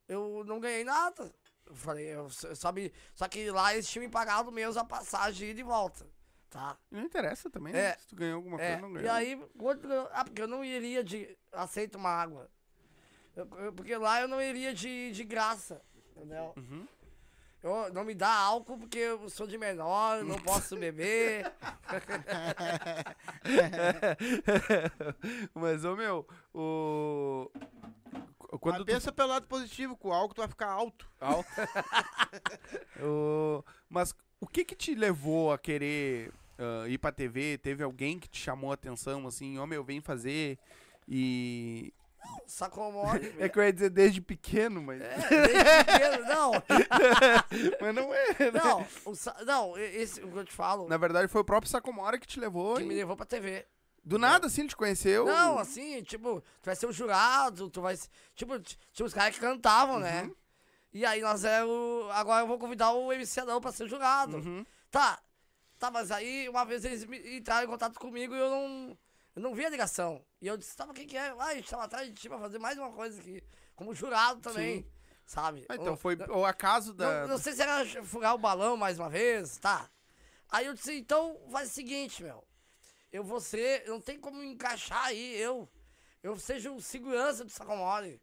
Eu não ganhei nada. Eu falei, eu, s- só, me- só que lá eles tinham me pagado mesmo a passagem ida e volta. Tá? E Não interessa também, É. né? Se tu ganhou alguma coisa, É, não e ganhou. aí, quando eu- ah, porque eu não iria de. Aceita uma água. Eu- eu- porque lá eu não iria de, de graça. Entendeu? Uhum. Eu, não me dá álcool porque eu sou de menor, eu não posso beber. Mas, ô meu, o. Quando Mas tu pensa pelo lado positivo, com o álcool tu vai ficar alto. Alto. Ô, mas o que que te levou a querer ah, ir pra TV? Teve alguém que te chamou a atenção, assim, ô meu, vem fazer? E... Sacomore. É que eu ia dizer desde pequeno, mas... É, desde pequeno, não. mas não é, né? Não, o, sa- não, esse o que eu te falo, Na verdade, foi o próprio Sacomora que te levou. que me e- levou pra TV. Do nada, assim, ele te conheceu. Não, assim, tipo, tu vai ser um jurado, tu vai. ser- Tipo, t- tinha os caras que cantavam, né? Uhum. E aí nós é o. Agora eu vou convidar o MC Adão pra ser jurado. Uhum. Tá. Tá, mas aí uma vez eles me- entraram em contato comigo e eu não. Eu não vi a ligação. E eu disse, tá, mas o que, que é? Ah, a gente tava atrás de ti pra fazer mais uma coisa aqui. Como jurado também. Sabe? Ah, então Eu- foi o acaso da... Não, não sei se era furar o balão mais uma vez, tá? Aí eu disse, então faz o seguinte, meu. Eu vou ser, não tem como encaixar aí, eu. Eu seja o segurança do Sacomore.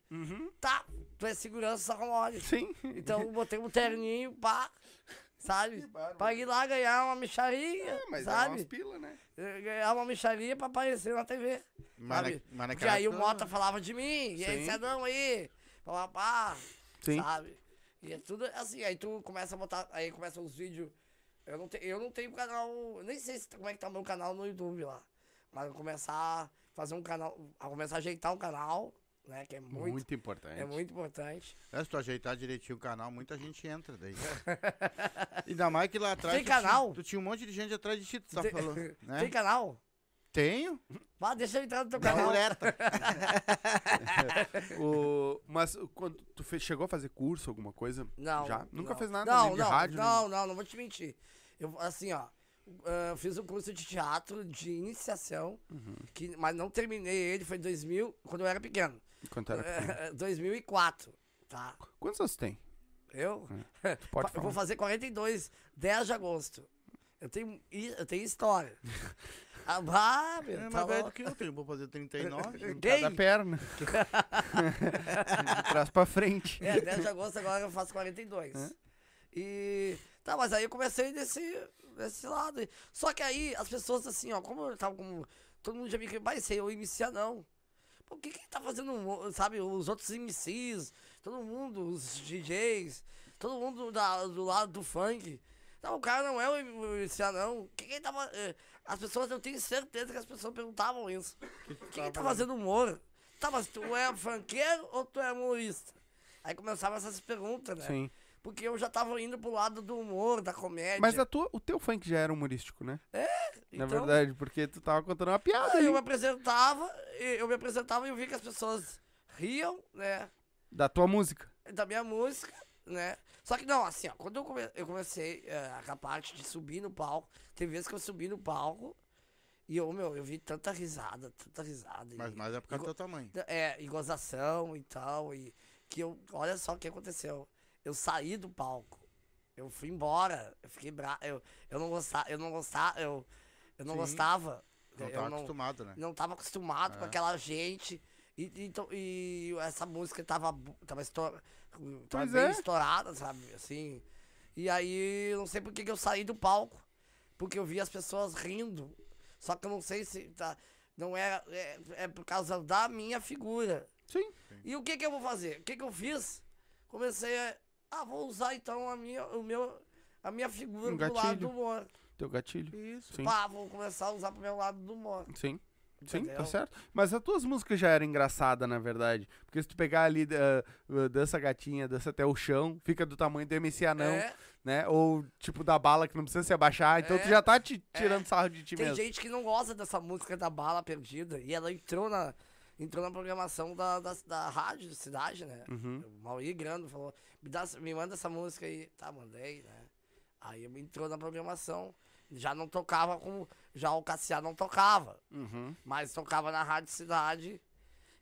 Tá, tu é segurança do Sacomore. Uhum. Sim. Então eu botei um terninho, pá, sabe? bárbaro. Pra ir lá ganhar uma micharia, É, mas é umas sabe? Eh, pila, né? Ganhar uma micharia pra aparecer na TV. Mas sabe? na- mas Porque naquela aí o época- Mota falava de mim, e aí, Sim. Cedão aí, pá, pá, pá Sim. sabe? E é tudo assim, aí tu começa a botar, aí começam os vídeos. Eu não, te, eu não tenho canal, eu nem sei se, como é que tá o meu canal no YouTube lá. Mas eu começar a fazer um canal, a começar a ajeitar um canal, né, que é muito, Muito, importante. é muito importante. É, se tu ajeitar direitinho o canal, muita gente entra daí. Ainda mais que lá atrás. Tem tu tinha- canal? tu tinha um monte de gente atrás de ti, tu tá Tem- falando. Né? Tem canal? Tenho. Vá, deixa eu entrar no teu Da é. canal. Ureta. O- Mas quando tu fe- chegou a fazer curso, alguma coisa? Não. Já? Nunca não. fez nada não, nem de não, rádio? nem- Não, não, não vou te mentir. Eu, assim, ó. ah, fiz um curso de teatro de iniciação, Uhum. que, mas não terminei ele, foi em 2000, quando eu era pequeno. Enquanto É. era pequeno. 2004, tá? Quantos anos tu tem? Eu? Hum, Tu pode eu falar. vou fazer 42, 10 de agosto. Eu tenho, i- eu tenho história. ah, bah, meu, É tá mais velho do louco. que eu tenho. Vou fazer 39. Cada Gay? perna. De trás pra frente. É, 10 de agosto agora eu faço 42. É. E. Tá, mas aí eu comecei desse, desse lado. Só que aí as pessoas assim, ó, como eu tava como. Todo mundo já me queria, mas sei, eu inicia não. Por que que tá fazendo, mo- sabe, os outros MCs, todo mundo, os DJs, todo mundo da- do lado do funk. Não, o cara não é o MC não. Que que ele tá fa- eh, As pessoas, eu tenho certeza que as pessoas perguntavam isso. Quem que ele tá fazendo humor? Tá, mas tu é funkeiro ou tu é humorista? Aí começavam essas perguntas, né? Sim. Porque eu já tava indo pro lado do humor, da comédia. Mas a tua, o teu funk já era humorístico, né? é Na então, verdade, porque tu tava contando uma piada. aí ali. eu me apresentava, e- eu me apresentava e eu vi que as pessoas riam, né? Da tua música. Da minha música, né? Só que não, assim, ó, quando eu, come- eu comecei eh, aquela parte de subir no palco, teve vezes que eu subi no palco e eu, meu, eu vi tanta risada, tanta risada. Mas e- mais é por causa do Igual- teu tamanho. É, e gozação e tal. E que eu. Olha só o que aconteceu. Eu saí do palco. Eu fui embora. Eu fiquei bra... eu, eu não gostava. Eu não gostava. Eu, eu não Sim. gostava. Não eu tava não, Então acostumado, né? não tava acostumado com É. aquela gente. E, e então, e essa música tava, bu- tava, estoura, tava Pois bem é. estourada, sabe? Assim. E aí, eu não sei por que que eu saí do palco. Porque eu vi as pessoas rindo. Só que eu não sei se. Tá, não era. É, é por causa da minha figura. Sim. E o que que eu vou fazer? O que que eu fiz? Comecei a. Ah, vou usar então a minha, o meu, a minha figura Um pro lado do gatilho. humor. Teu gatilho. Isso. Sim. Pá, vou começar a usar pro meu lado do humor. Sim. Sim, tá Entendeu? certo. Mas as tuas músicas já eram engraçadas, na verdade. Porque se tu pegar ali ah, ah, Dança Gatinha, Dança Até o Chão, fica do tamanho do MC Anão, É. né? Ou tipo da bala que não precisa se abaixar. Então É. tu já tá te É. tirando sarro de ti Tem mesmo. gente que não gosta dessa música da bala perdida. E ela entrou na, entrou na programação da, da, da rádio da cidade, né? O Mauri Grando falou, me, dá, me manda essa música aí. Tá, mandei, né? Aí eu- entrou na programação. Já não tocava como. Já o Cassiano não tocava. Uhum. Mas tocava na Rádio Cidade.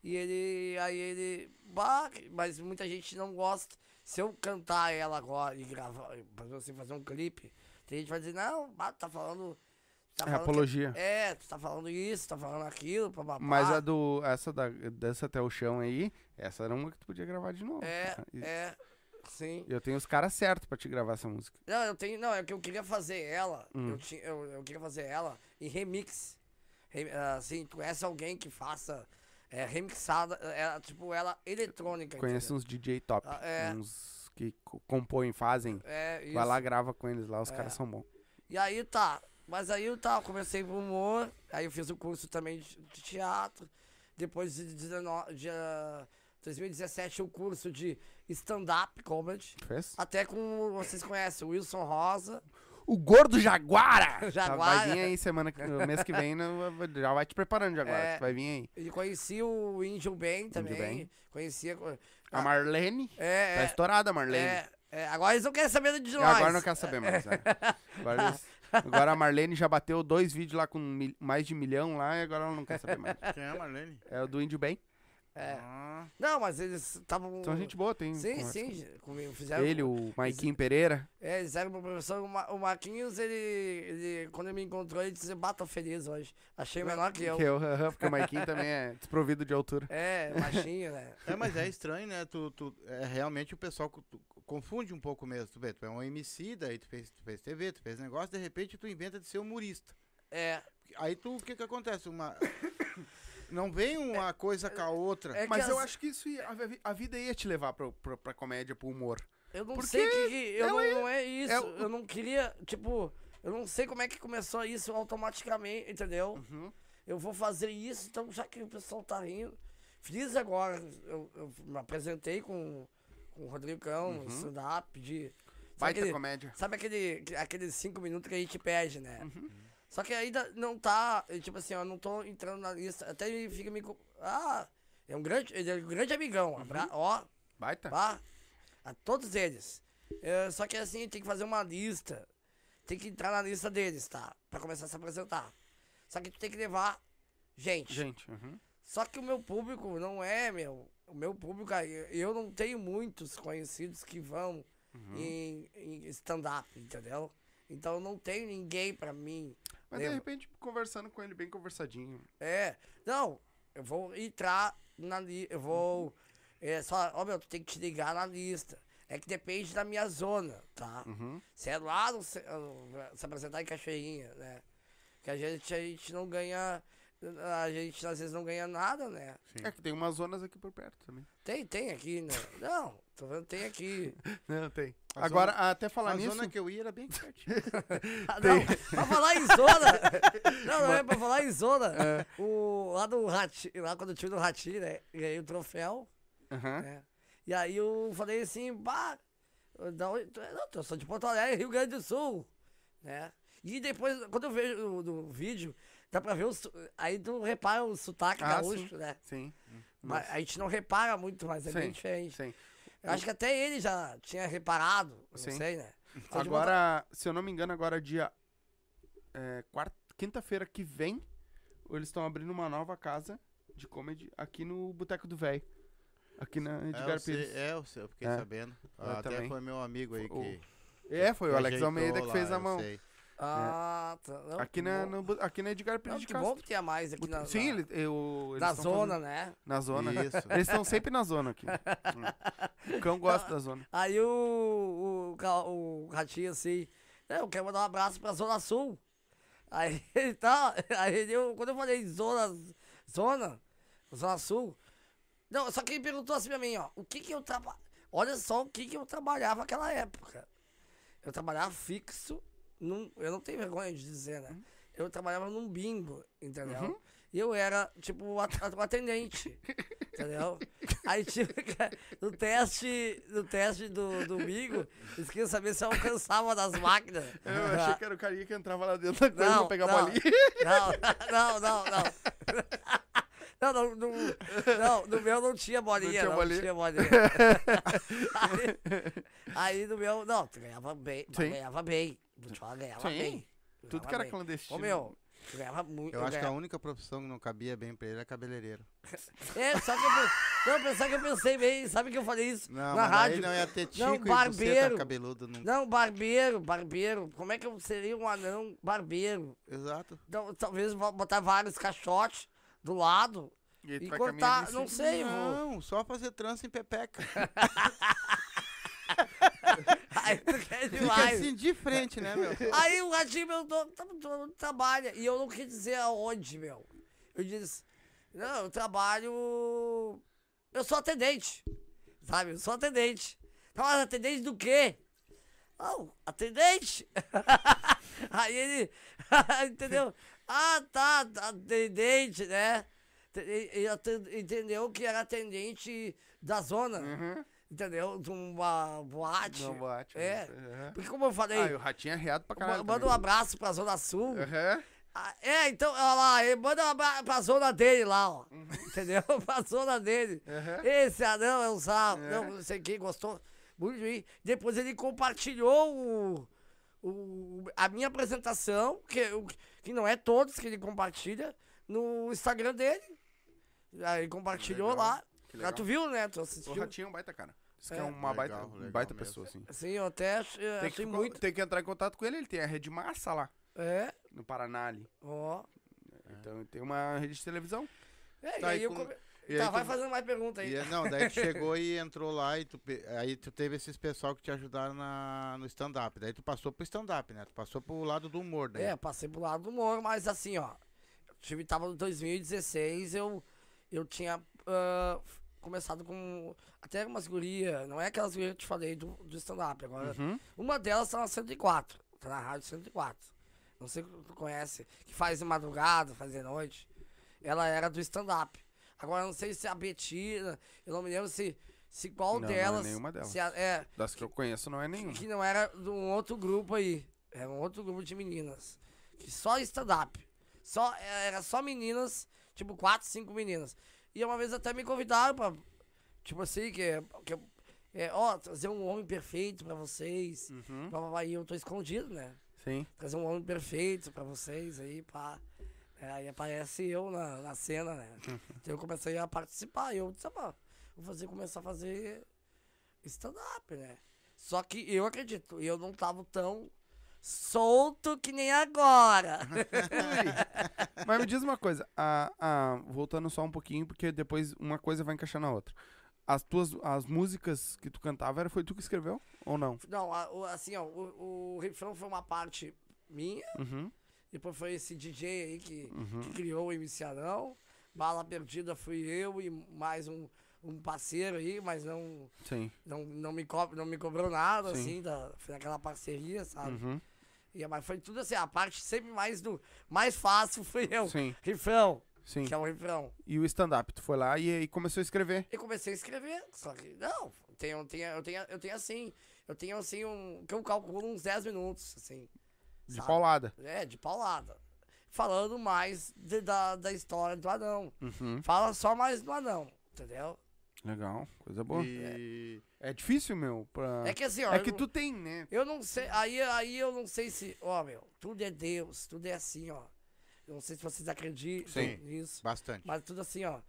E ele. Aí ele. Bah, mas muita gente não gosta. Se eu cantar ela agora e gravar, fazer assim, fazer um clipe, tem gente que vai dizer, não, bah, tu tá falando. Tá É falando que- apologia. é, tu tá falando isso, tá falando aquilo, papapá. Mas a do. Essa da Dança até o chão aí, essa era uma que tu podia gravar de novo. É, cara. E- é. Sim. Eu tenho os caras certos pra te gravar essa música. Hum. Não, eu tenho. Não, é que eu queria fazer ela. Eu, tinha, eu, eu queria fazer ela em remix. re- assim, tu conhece alguém que faça é, remixada, é, tipo, ela eletrônica. Conhece uns DJ top. Ah, é. Uns que co- compõem, fazem. entendeu? É, isso. Vai lá, grava com eles lá, os É. caras são bons. E aí tá, mas aí eu tá, comecei pro humor, aí eu fiz o curso também de, de teatro, depois de, 19, de ah, 2017 o curso de stand-up comedy, Fez? até com, vocês conhecem, o Wilson Rosa, O Gordo Jaguara! Jaguara. Tá, vai vir aí semana, que- no mês que vem, no- já vai te preparando, Jaguara. É. tu Vai vir aí. e conheci o Índio Ben também, Ben. conhecia... co- A Marlene. Ah. É, Tá é, estourada a Marlene. é, é, agora eles não querem saber de E nós. agora não quer saber mais. né? Agora, eles- agora a Marlene já bateu dois vídeos lá com mil- mais de milhão lá e agora ela não quer saber mais. Quem é, Marlene? É o do Índio Bem. É. Ah, Não, mas eles estavam... Então gente boa, tem. Sim, é um conversa. sim, comigo, fizeram... Ele, o Maiquinho Pereira. É, eles eram pro professor. O, Ma- o Marquinhos, ele, ele- Quando ele me encontrou, ele disse: Bata feliz hoje. Achei menor que é eu. Que eu, aham, porque o Maiquinho também é desprovido de altura. É, baixinho, né? é, mas é estranho, né? Tu, tu- é, realmente o pessoal co- tu confunde um pouco mesmo. Tu, vê, tu é um MC, daí tu fez, tu fez TV, tu fez negócio, de repente tu inventa de ser humorista. É. Aí tu, o que que acontece? Uma... Não vem uma coisa com a outra. é que Mas eu as- acho que isso ia- a, vi- a vida ia te levar pro, pro, pra comédia, pro humor. Eu não Porque sei o que. que- eu não, ela é- não é isso. é o- Eu não queria. Tipo, eu não sei como é que começou isso automaticamente, entendeu? Uhum. Eu vou fazer isso, então já que o pessoal tá rindo. Fiz agora. Eu, eu me apresentei com, com o Rodrigo Cão, no stand-up de. sabe Vai ter aquele- Uhum. comédia. Sabe aquele, aqueles cinco minutos que a gente pede, né? Uhum. Só que ainda não tá, eh, tipo assim, eu não tô entrando na lista. Até ele fica me. co- Ah, é um grande, ele é um grande amigão. Uhum. abra- Ó, Vai ter. pá, a todos eles. Eh, só que assim, tem que fazer uma lista. Tem que entrar na lista deles, tá? Pra começar a se apresentar. Só que tu tem que levar gente. Gente, uhum. Só que o meu público não é, meu. O meu público, aí, eu não tenho muitos conhecidos que vão em, em stand-up, entendeu? Então eu não tenho ninguém pra mim. mas de Lembra? repente conversando com ele bem conversadinho. É, não, eu vou entrar na lista, eu vou. É só, ó, meu, tu tem que te ligar na lista. É que depende da minha zona, tá? Se é lá no, ce- ah, se apresentar em Cachoeirinha, né? Que a gente, a gente não ganha. A gente às vezes não ganha nada, né? É que tem umas zonas aqui por perto também. Tem, tem aqui, né? Não, tô vendo, tem aqui. Não, tem. A Agora, até falar A nisso. zona que eu ia era bem pertinho. Ah, não, pra falar em zona. Não, não é pra falar em zona. O, lá do Rati, lá quando eu tive no Rati, né? Ganhei o troféu, Aham. né? E aí eu falei assim, bah, da onde tu é?" não, eu sou de Porto Alegre, Rio Grande do Sul, né? E depois, quando eu vejo o- no vídeo, dá pra ver o. su- Aí tu repara o sotaque Ah, gaúcho, né? Sim. Mas a gente não repara muito, mas é bem Sim, diferente. Sim. Eu acho que até ele já tinha reparado, não Sim. sei, né? Só de botar- Agora, se eu não me engano, agora dia. É, quarta- quinta-feira que vem, eles estão abrindo uma nova casa de comedy aqui no Boteco do Véi. Aqui na É, eu Edgar sei, Pires. é, eu sei, eu fiquei É. sabendo. Ah, Eu Até também. foi meu amigo aí O- que. É, foi que o Alex ajeitou Almeida que lá, fez a eu mão. sei. Ah, tá. Não, Aqui que na, bom. no bu- aqui na Edgar Pires Não, de que Castro. bom que tem a mais aqui na, Sim, na, ele, eu, eles na tão zona, fazendo- né? Na zona. Isso. Eles estão sempre na zona aqui. o cão gosta da zona. Aí o, o, ca- o Ratinho assim, "Não, eu quero mandar um abraço pra Zona Sul. Aí ele tá, aí ele, eu, quando eu falei Zona, Zona, Zona Sul, não, só que ele perguntou assim pra mim, ó, o que que eu trabalho, olha só o que que eu trabalhava naquela época. Eu trabalhava fixo, num, eu não tenho vergonha de dizer, Uhum. né? Eu trabalhava num bingo, entendeu? E eu era, tipo, o at- o atendente, entendeu? Aí, tipo, no teste, no teste do, do bingo, eles queriam saber se eu alcançava das máquinas. Eu achei que era o carinha que entrava lá dentro da coisa pra Não, pegar a não. bolinha. Não, não, não, não. Não, não, no, não, no meu não tinha bolinha, tinha não bolinha. tinha bolinha. aí, aí no meu, não, tu ganhava bem, tu Sim. ganhava bem. Tu só ganhava Sim. bem. tu Tudo ganhava que era bem. clandestino. Ô meu, tu ganhava muito. Eu acho que é a ganhava- única profissão que não cabia bem pra ele é cabeleireiro. É, só que eu, pe- não, pensar que eu pensei bem, sabe que eu falei isso Não, na mas rádio. aí não é- ia ter tico Não, e buceta barbeiro. cabeludo. Não... Não, barbeiro, barbeiro. Como é que eu seria um anão barbeiro? Exato. Então, talvez vo- botar vários caixotes do lado. E, aí tu E vai caminhando cortar, em não cima. sei, vô. Não, só fazer trança em pepeca. Aí tu quer Fica demais. assim de frente, né, meu? Aí o gatinho perguntou, tá, tu onde trabalha? E eu não quis dizer aonde, meu. Eu disse, não, eu trabalho. Eu sou atendente. Sabe? Eu sou atendente. Tá, mas atendente do quê? Não, atendente! Aí ele. entendeu? Ah, tá, atendente, né? Ele ele aten- entendeu que era atendente da zona. Entendeu? De Uhum. uma boate. Não bate. É. mas- Aham. Porque como eu falei. Ah, e o ratinho é reado pra caralho. Ma- Manda um também. abraço pra Zona Sul. Aham. Ah, É, então, olha lá, ele manda um abraço pra zona dele lá, ó. Entendeu? pra zona dele. Uhum. Aham. Esse anão é um sarro. É. Não, não sei quem gostou muito de mim. Depois ele compartilhou o, o- a minha apresentação, que, eu- que não é todos que ele compartilha, no Instagram dele. Aí ele compartilhou Legal, lá. que Ah, tu viu, né? Tu O assistiu. ratinho é um baita cara. Isso que é É. uma Legal, baita, legal baita mesmo. pessoa, assim. Sim, eu até ach- eu Tem achei que, co- muito. tem que entrar em contato com ele, ele tem a rede massa lá, É, no Paraná ali. ó. Então ele tem uma rede de televisão. É, Tá, e aí e eu como- come- e aí Tá, tu- vai fazendo mais pergunta aí. E, não, daí tu chegou e entrou lá e tu, pe- aí tu teve esses pessoal que te ajudaram na, no stand-up. Daí tu passou pro stand-up, né? Tu passou pro lado do humor, né? daí. É, passei pro lado do humor, mas assim, ó. Eu tive, tava no 2016, eu, eu tinha ah, f- começado com. Até umas gurias, não é aquelas gurias que eu te falei do, do stand-up. Agora, Uhum. uma delas tá na 104, tá na rádio 104. Não sei se tu conhece, que faz de madrugada, faz de noite. Ela era do stand-up. Agora, eu não sei se é a Betina, eu não me lembro se, se qual Não, não é delas. nenhuma delas. Se a- é, Das que eu conheço não é nenhuma. que não era de um outro grupo aí. Era um outro grupo de meninas. Que só stand-up. Só, eh, era só meninas, tipo, quatro, cinco meninas. E uma vez até me convidaram pra. Tipo assim, que. que é, ó, trazer um homem perfeito pra vocês. Uhum. Blá, blá, blá. E eu tô escondido, né? Sim. Trazer um homem perfeito pra vocês aí, pá. É, aí aparece eu na, na cena, né? então eu comecei a participar. E eu disse, "Ah, vou fazer, começar a fazer stand-up, né? Só que eu acredito, eu não tava tão solto que nem agora. Mas me diz uma coisa, a- a- voltando só um pouquinho, porque depois uma coisa vai encaixar na outra. As tuas as músicas que tu cantava, era, foi tu que escreveu ou não? não, a- o- assim, ó, o, o refrão foi uma parte minha, Uhum. depois foi esse DJ aí que, que criou o MC Arão. Bala Perdida fui eu e mais um, um parceiro aí, mas não Sim. não, não, me co não me cobrou nada, Sim. assim, da, foi aquela parceria, sabe? Uhum. E, mas foi tudo assim, a parte sempre mais do mais fácil foi eu. Sim, Refrão, sim. que é o refrão. E o stand-up, tu foi lá e, e começou a escrever. E comecei a escrever, só que não, tenho, tenho, eu, tenho, eu tenho assim, eu tenho assim, um, que eu calculo uns 10 minutos, assim. De sabe? paulada. É, de paulada. Falando mais de- da, da história do anão. Uhum. Fala só mais do anão, entendeu? Legal, coisa boa. E É difícil, meu, pra... É que assim, ó. É eu que não- tu tem, né? Eu não sei, aí, aí eu não sei se, ó, meu, tudo é Deus, tudo é assim, ó. Eu não sei se vocês acreditam Sim. nisso, bastante. mas tudo assim, ó.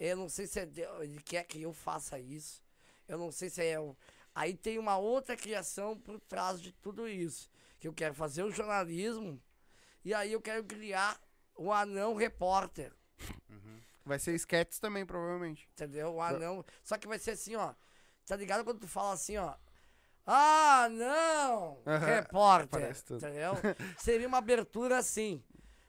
Eu não sei se é Deus, ele quer que eu faça isso. Eu não sei se é eu. Aí tem uma outra criação por trás de tudo isso. Que eu quero fazer o jornalismo e aí eu quero criar o anão repórter, Vai ser sketches também, provavelmente. entendeu? O anão. Só que vai ser assim, ó. Tá ligado quando tu fala assim, ó? Ah, não! Aham, Repórter. parece tudo. é, Entendeu? Seria uma abertura assim.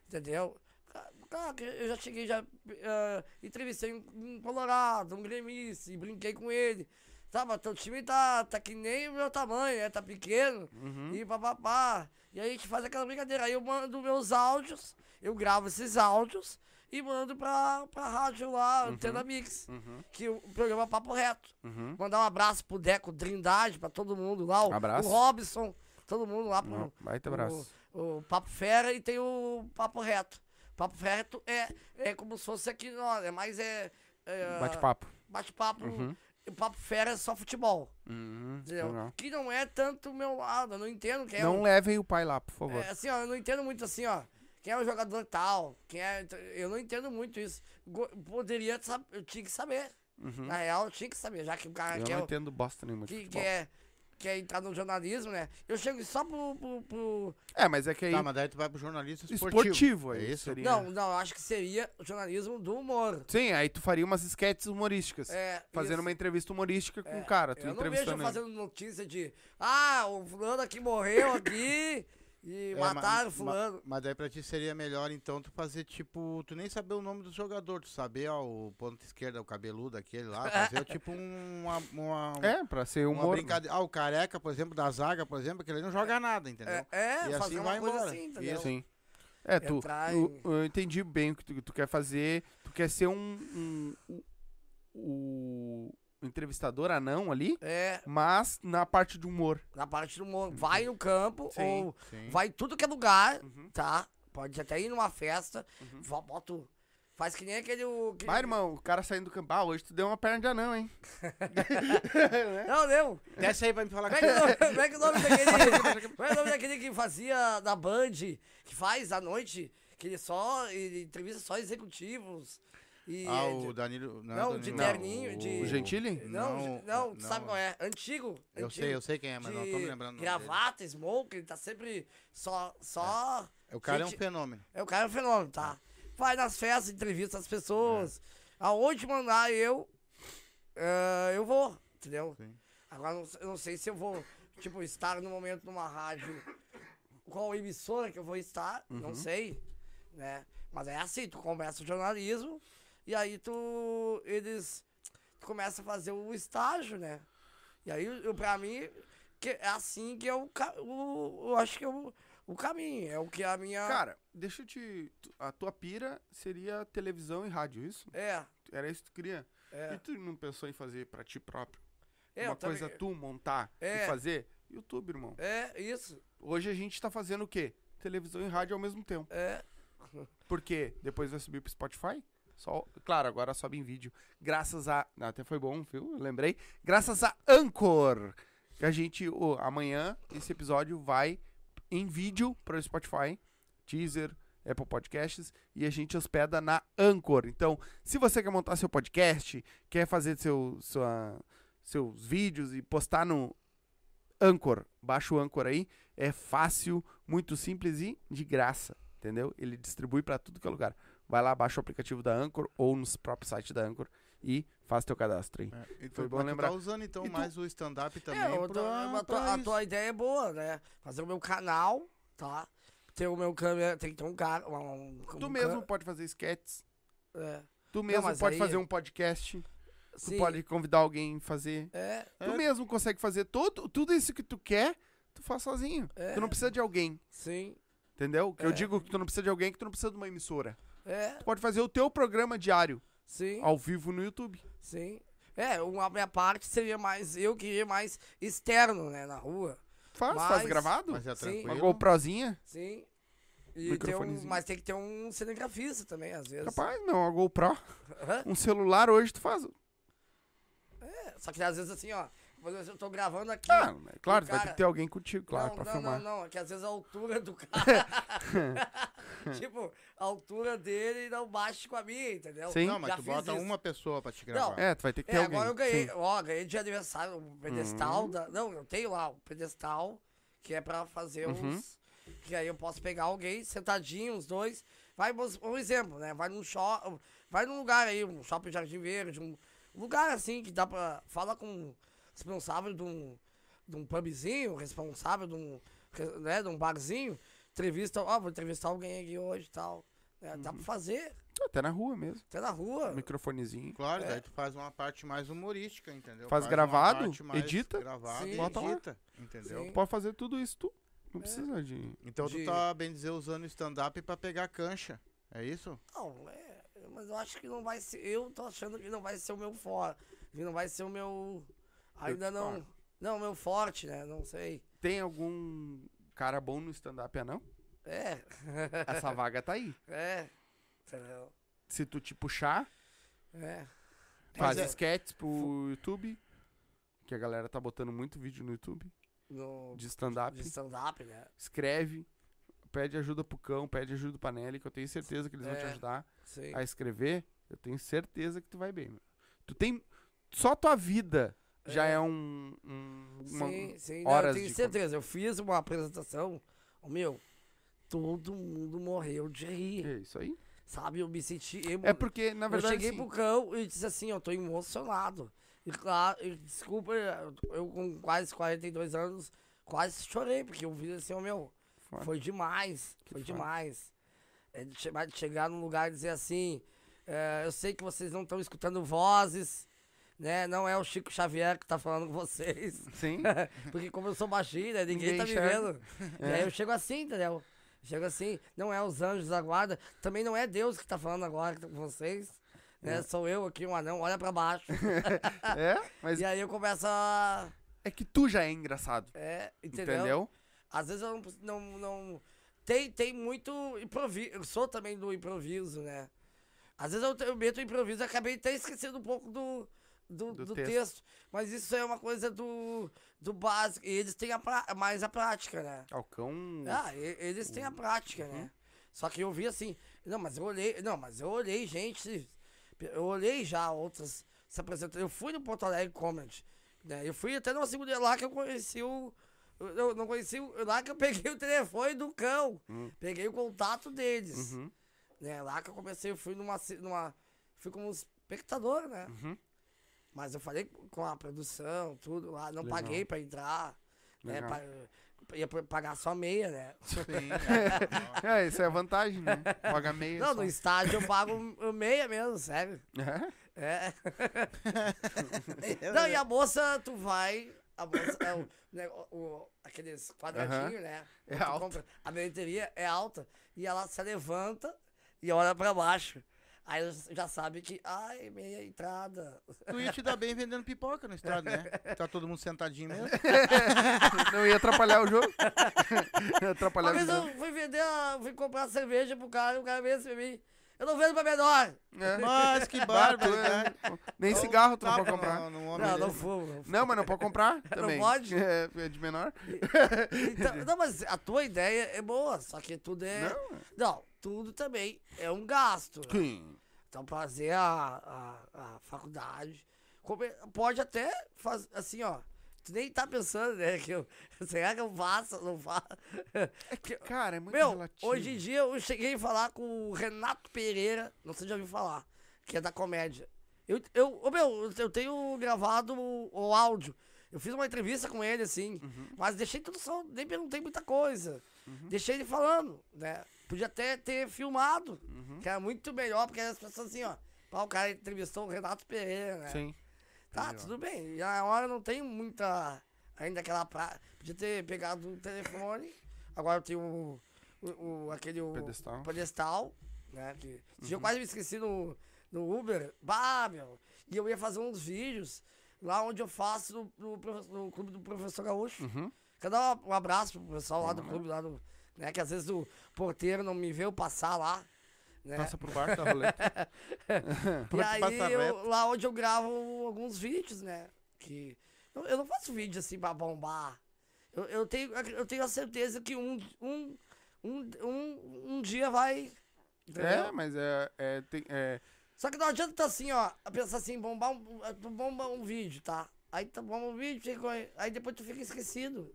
Entendeu? Ca- Cara, que eu já cheguei, já ah, entrevistei um, um Colorado, um gremista, e brinquei com ele. Tá, mas teu time tá, tá que nem o meu tamanho, né? Tá pequeno. Uhum. E papapá. E aí a gente faz aquela brincadeira. Aí eu mando meus áudios, eu gravo esses áudios e mando pra, pra rádio lá, Uhum. Antena Mix. Que o programa é Papo Reto. Uhum. Mandar um abraço pro Deco Trindade, pra todo mundo lá. O, Abraço. o Robson, todo mundo lá pro. Não, baita abraço. Hum. O, o Papo Fera e tem o Papo Reto. Papo Reto é, é como se fosse aqui, ó, é mais é. é, Bate-papo. Bate-papo. E Papo Fera é só futebol. Uhum, Entendeu? legal. Que não é tanto o meu lado, eu não entendo quem é. Não o- levem o pai lá, por favor. é, assim, ó, eu não entendo muito assim, ó. Quem é o jogador tal? Quem é. Eu não entendo muito isso. Go- Poderia, sab- eu tinha que saber. Na real, eu tinha que saber, já que o cara Uhum. Eu quer. não tá, é o- entendo bosta nenhuma de que, que futebol. é quer entrar no jornalismo, né? Eu chego só pro. pro- pro- É, mas é que aí. Tá, mas daí tu vai pro jornalista esportivo. esportivo aí. É isso? seria. Não, não, eu acho que seria o jornalismo do humor. Sim, aí tu faria umas sketches humorísticas. É, fazendo isso. uma entrevista humorística com É, o cara. Tu Eu não vejo entrevistando ele. fazendo notícia de. Ah, o fulano aqui morreu aqui e É, ma- mataram o ma- fulano. Mas, daí pra ti seria melhor, então, tu fazer, tipo, tu nem saber o nome do jogador, tu saber, ó, o ponto esquerda, o cabeludo aquele lá, fazer tipo um- uma, uma, É, pra ser uma humor. brincadeira. Ah, o careca, por exemplo, da zaga, por exemplo, que ele não joga nada, entendeu? É, é, E fazer assim uma vai coisa embora. assim, entendeu? Isso. Sim. É, tu. Entrar eu- em- Eu entendi bem o que tu, tu quer fazer. Tu quer ser um. um- o, o entrevistador anão ali, É, mas na parte de humor. na parte do humor. Vai no campo Sim, ou Uhum. Sim. Uhum. vai em tudo que é lugar, tá? Pode até ir numa festa, vó, bota o- Faz que nem aquele. o- Que... Mas, irmão, o cara saindo do campo. Ah, hoje tu deu uma perna de anão, hein? né? Não, não. Desce aí pra me falar Como é que o nome- como é que o nome daquele. Como é que o nome daquele que fazia da Band, que faz à noite, que ele só. Ele entrevista só executivos. E, Ah, é, o Danilo. Não, é Não, Danilo, de não, terninho, de- O Gentili? Não, não, não, tu sabe não. qual é? Antigo. Eu antigo. sei, eu sei quem é, mas não tô me de lembrando. o nome Gravata, smoke, ele tá sempre só. só dele. O cara é um Gente- fenômeno. é, O cara é um fenômeno, tá? Vai nas festas, entrevista as pessoas. Aonde mandar eu, eh, eu vou, entendeu? Sim. Agora eu não sei- eu não sei se eu vou, tipo, estar no momento numa rádio, qual emissora que eu vou estar, não sei, né? Mas é assim, tu começa o jornalismo e aí tu, eles, tu começa a fazer o estágio, né? E aí, eu, pra mim, que é assim que é o, ca- o, eu acho que é o, o caminho, é o que a minha... Cara, deixa eu te. tu- A tua pira seria televisão e rádio, isso? É, Era isso que tu queria? E é. tu não pensou em fazer pra ti próprio? É, eu Uma também- coisa tu montar É. e fazer? YouTube, irmão. É, isso. Hoje a gente tá fazendo o quê? Televisão e rádio ao mesmo tempo. É. Porque depois vai subir pro Spotify. Só, claro, agora sobe em vídeo. Graças a. Até foi bom, viu? Eu lembrei. Graças a Anchor. Que a gente. ô, amanhã esse episódio vai em vídeo pro Spotify, Teaser, Apple Podcasts. E a gente hospeda na Anchor. Então, se você quer montar seu podcast, quer fazer seu, sua- seus vídeos e postar no Anchor, baixa o Anchor aí. É fácil, muito simples e de graça entendeu? Ele distribui pra tudo que é lugar. Vai lá, baixa o aplicativo da Anchor ou nos próprios sites da Anchor e faz teu cadastro aí. É, e tu- Foi bom mas tu lembrar. tá usando então E tu- mais o stand-up também. É, eu tô- pra- a, tua, pra a isso. tua ideia é boa, né? Fazer o meu canal, tá? Ter o meu câmera, tem que ter um cara. Um, um, Tu um mesmo câ- pode fazer sketches, É. tu mesmo mas pode aí- fazer um podcast, Sim, tu pode convidar alguém a fazer. É, Tu mesmo consegue fazer todo, tudo isso que tu quer, tu faz sozinho. É. Tu não precisa de alguém, sim. entendeu? Que eu É. digo que tu não precisa de alguém, que tu não precisa de uma emissora. É, Tu pode fazer o teu programa diário sim, ao vivo no YouTube. sim. É, uma minha parte seria mais. Eu queria mais externo, né? Na rua. Faz, faz Mas- gravado. Mas é Sim. Uma tranquilo. GoProzinha. Sim. E ter um, Microfonezinho. mas tem que ter um cinegrafista também, às vezes. Capaz, não, uma GoPro. Aham. Um celular hoje tu faz. É, Só que às vezes assim, ó. por exemplo, Eu tô gravando aqui. Ah, é claro, o vai ter cara- que ter alguém contigo, claro, não, pra não, filmar. Não, não, é que às vezes a altura do cara. tipo, a altura dele não bate com a minha, entendeu? Sim. Não, mas Já tu fiz bota isso. uma pessoa pra te gravar. É, tu vai ter que É, ter alguém. agora eu ganhei, sim. Hum. ó, ganhei de aniversário um pedestal da. Não, eu tenho lá um pedestal que é pra fazer Uhum. uns. Que aí eu posso pegar alguém sentadinho, os dois. Vai, mos- um exemplo, né? Vai num shopping. Vai num lugar aí, um shopping Jardim Verde, um lugar assim que dá pra. Fala com o responsável de um, de um pubzinho, responsável de um, re- né, de um barzinho. Entrevista, ó, vou entrevistar alguém aqui hoje e tal. né? Dá Uhum. pra fazer, Até na rua mesmo. até na rua. Microfonezinho. Claro, É. daí tu faz uma parte mais humorística, entendeu? Faz uma gravado, parte mais edita, gravado Sim. e bota lá. edita, entendeu? Sim. Pode fazer tudo isso tu. Não precisa de. Então De- tu tá, bem dizer, usando o stand-up pra pegar cancha, é isso? Não, é, mas eu acho que não vai ser. Eu tô achando que não vai ser o meu forte. Que não vai ser o meu. Ainda não. Não, o meu forte, né? Não sei. Tem algum cara bom no stand-up, é não? É. Essa vaga tá aí. É. Entendeu? Se tu te puxar, É. faz é- sketches pro YouTube. Que a galera tá botando muito vídeo no YouTube. No, De stand-up. de stand-up, né? Escreve. Pede ajuda pro cão, pede ajuda pra Nelly, que eu tenho certeza que eles vão te É. ajudar Sim. a escrever. Eu tenho certeza que tu vai bem. meu. Tu tem. Só tua vida já é, um, um- uma- Sim, sim. Não, horas eu tenho de certeza. Eu fiz uma apresentação, ô, meu, todo mundo morreu de rir. É isso aí. Sabe, eu me senti. Eu, É porque, na verdade, eu cheguei assim, pro cão e disse assim, eu tô emocionado. E claro, e desculpa, eu, eu com quase 42 anos, quase chorei, porque eu vi assim, ô meu, Foda. foi demais, foi demais. É de che- mas de chegar num lugar e dizer assim, é, eu sei que vocês não estão escutando vozes, né? Não é o Chico Xavier que tá falando com vocês. sim. Porque como eu sou baixinho, né, ninguém, Ninguém tá me enxerga. É. vendo. E aí eu chego assim, entendeu? Chego assim, não é os anjos da guarda, também não é Deus que tá falando agora que tá com vocês. Né? Sou eu aqui, um anão, olha pra baixo. é, mas e aí eu começo a. é que tu já é engraçado. É, entendeu? Entendeu? Às vezes eu não. pos- não, não- Tem, tem muito improviso. Eu sou também do improviso, né? Às vezes eu, te- eu meto improviso e acabei até esquecendo um pouco do, do, Do do texto. texto. Mas isso é uma coisa do, do básico. E eles têm a pra- mais a prática, né? Alcão. Ah, e- eles Uhum. têm a prática, né? Só que eu vi assim, não, mas eu olhei, não, mas eu olhei, gente, eu olhei já outras se apresentando. Eu fui no Porto Alegre Comedy, né? Eu fui até numa segunda lá que eu conheci o eu- eu não conheci o- lá que eu peguei o telefone do cão. Peguei o contato deles. Hum. Uhum. Né? Lá que eu comecei, eu fui numa se- numa fui como espectador, né? Uhum. Mas eu falei com a produção, tudo lá, não Legal. paguei pra entrar, né? Legal. Pa- ia pagar só meia, né? Sim, é. É, isso é a vantagem, né? Paga meia. Não, só. no estádio eu pago o meia mesmo, sério. É? É. É Não, e a moça, tu vai. A moça, é o, né, o- o- aqueles quadradinhos, né? É Tu alta. compra- a bilheteria é alta. E ela se levanta e olha pra baixo. Aí ela já sabe que, ai, meia entrada. Tu ia te dar tá bem vendendo pipoca no estado, né? Tá todo mundo sentadinho mesmo. Não ia atrapalhar o jogo. Ia atrapalhar Uma o vez jogo. eu fui vender, a- fui comprar cerveja pro cara e o cara veio assim pra mim. Eu não vendo pra menor. É. Mas que Bah, tu é- barbaridade. Nem Dá um cigarro tu não tapa pode comprar. no- no um homem Não, não desse. fumo. Não, fumo. Não, mas não pode comprar também. pode? É, é de menor. Então, não, mas a tua ideia é boa, só que tudo é. Não, tudo também é um gasto. né? Sim. Então, fazer a, a, a faculdade. come- Pode até fazer assim, ó. Tu nem tá pensando, né? Que eu, será que eu faço? Não faço. Que- Cara, é muito meu, relativo. hoje em dia eu cheguei a falar com o Renato Pereira, não sei se já ouviu falar, que é da comédia. Eu, eu, ô, meu, eu tenho gravado o, o áudio. Eu fiz uma entrevista com ele, assim, Uhum. mas deixei tudo só, nem perguntei muita coisa. Deixei ele falando, né? Podia até ter filmado, Uhum. que era muito melhor, porque as pessoas assim, ó. Pá, o cara entrevistou o Renato Pereira, né? Sim. Tá, tudo bem. E a hora não tem muita. Ainda aquela pra... Podia ter pegado o telefone. Agora eu tenho o, o, o- aquele. o- Pedestal. Uhum. pedestal, né? Que... esse dia Eu quase me esqueci no, no Uber. Bah, meu. E eu ia fazer uns vídeos lá onde eu faço no, no profe- no clube do professor Gaúcho. Uhum. Quero dar um abraço pro pessoal lá do clube, lá do. Né? Que às vezes o porteiro não me vê eu passar lá. Né? Passa pro bar, tá rolê. E Pode aí, passar eu- reto. lá onde eu gravo alguns vídeos, né? Que eu, eu não faço vídeo assim pra bombar. Eu, eu tenho, eu tenho a certeza que um, um, um, um, um dia vai. É, entendeu? mas é. é, tem- é- Só que não adianta tu assim, ó, pensar assim, bombar um, tu bomba um vídeo, tá? Aí tu bomba um vídeo, fica com- aí depois tu fica esquecido.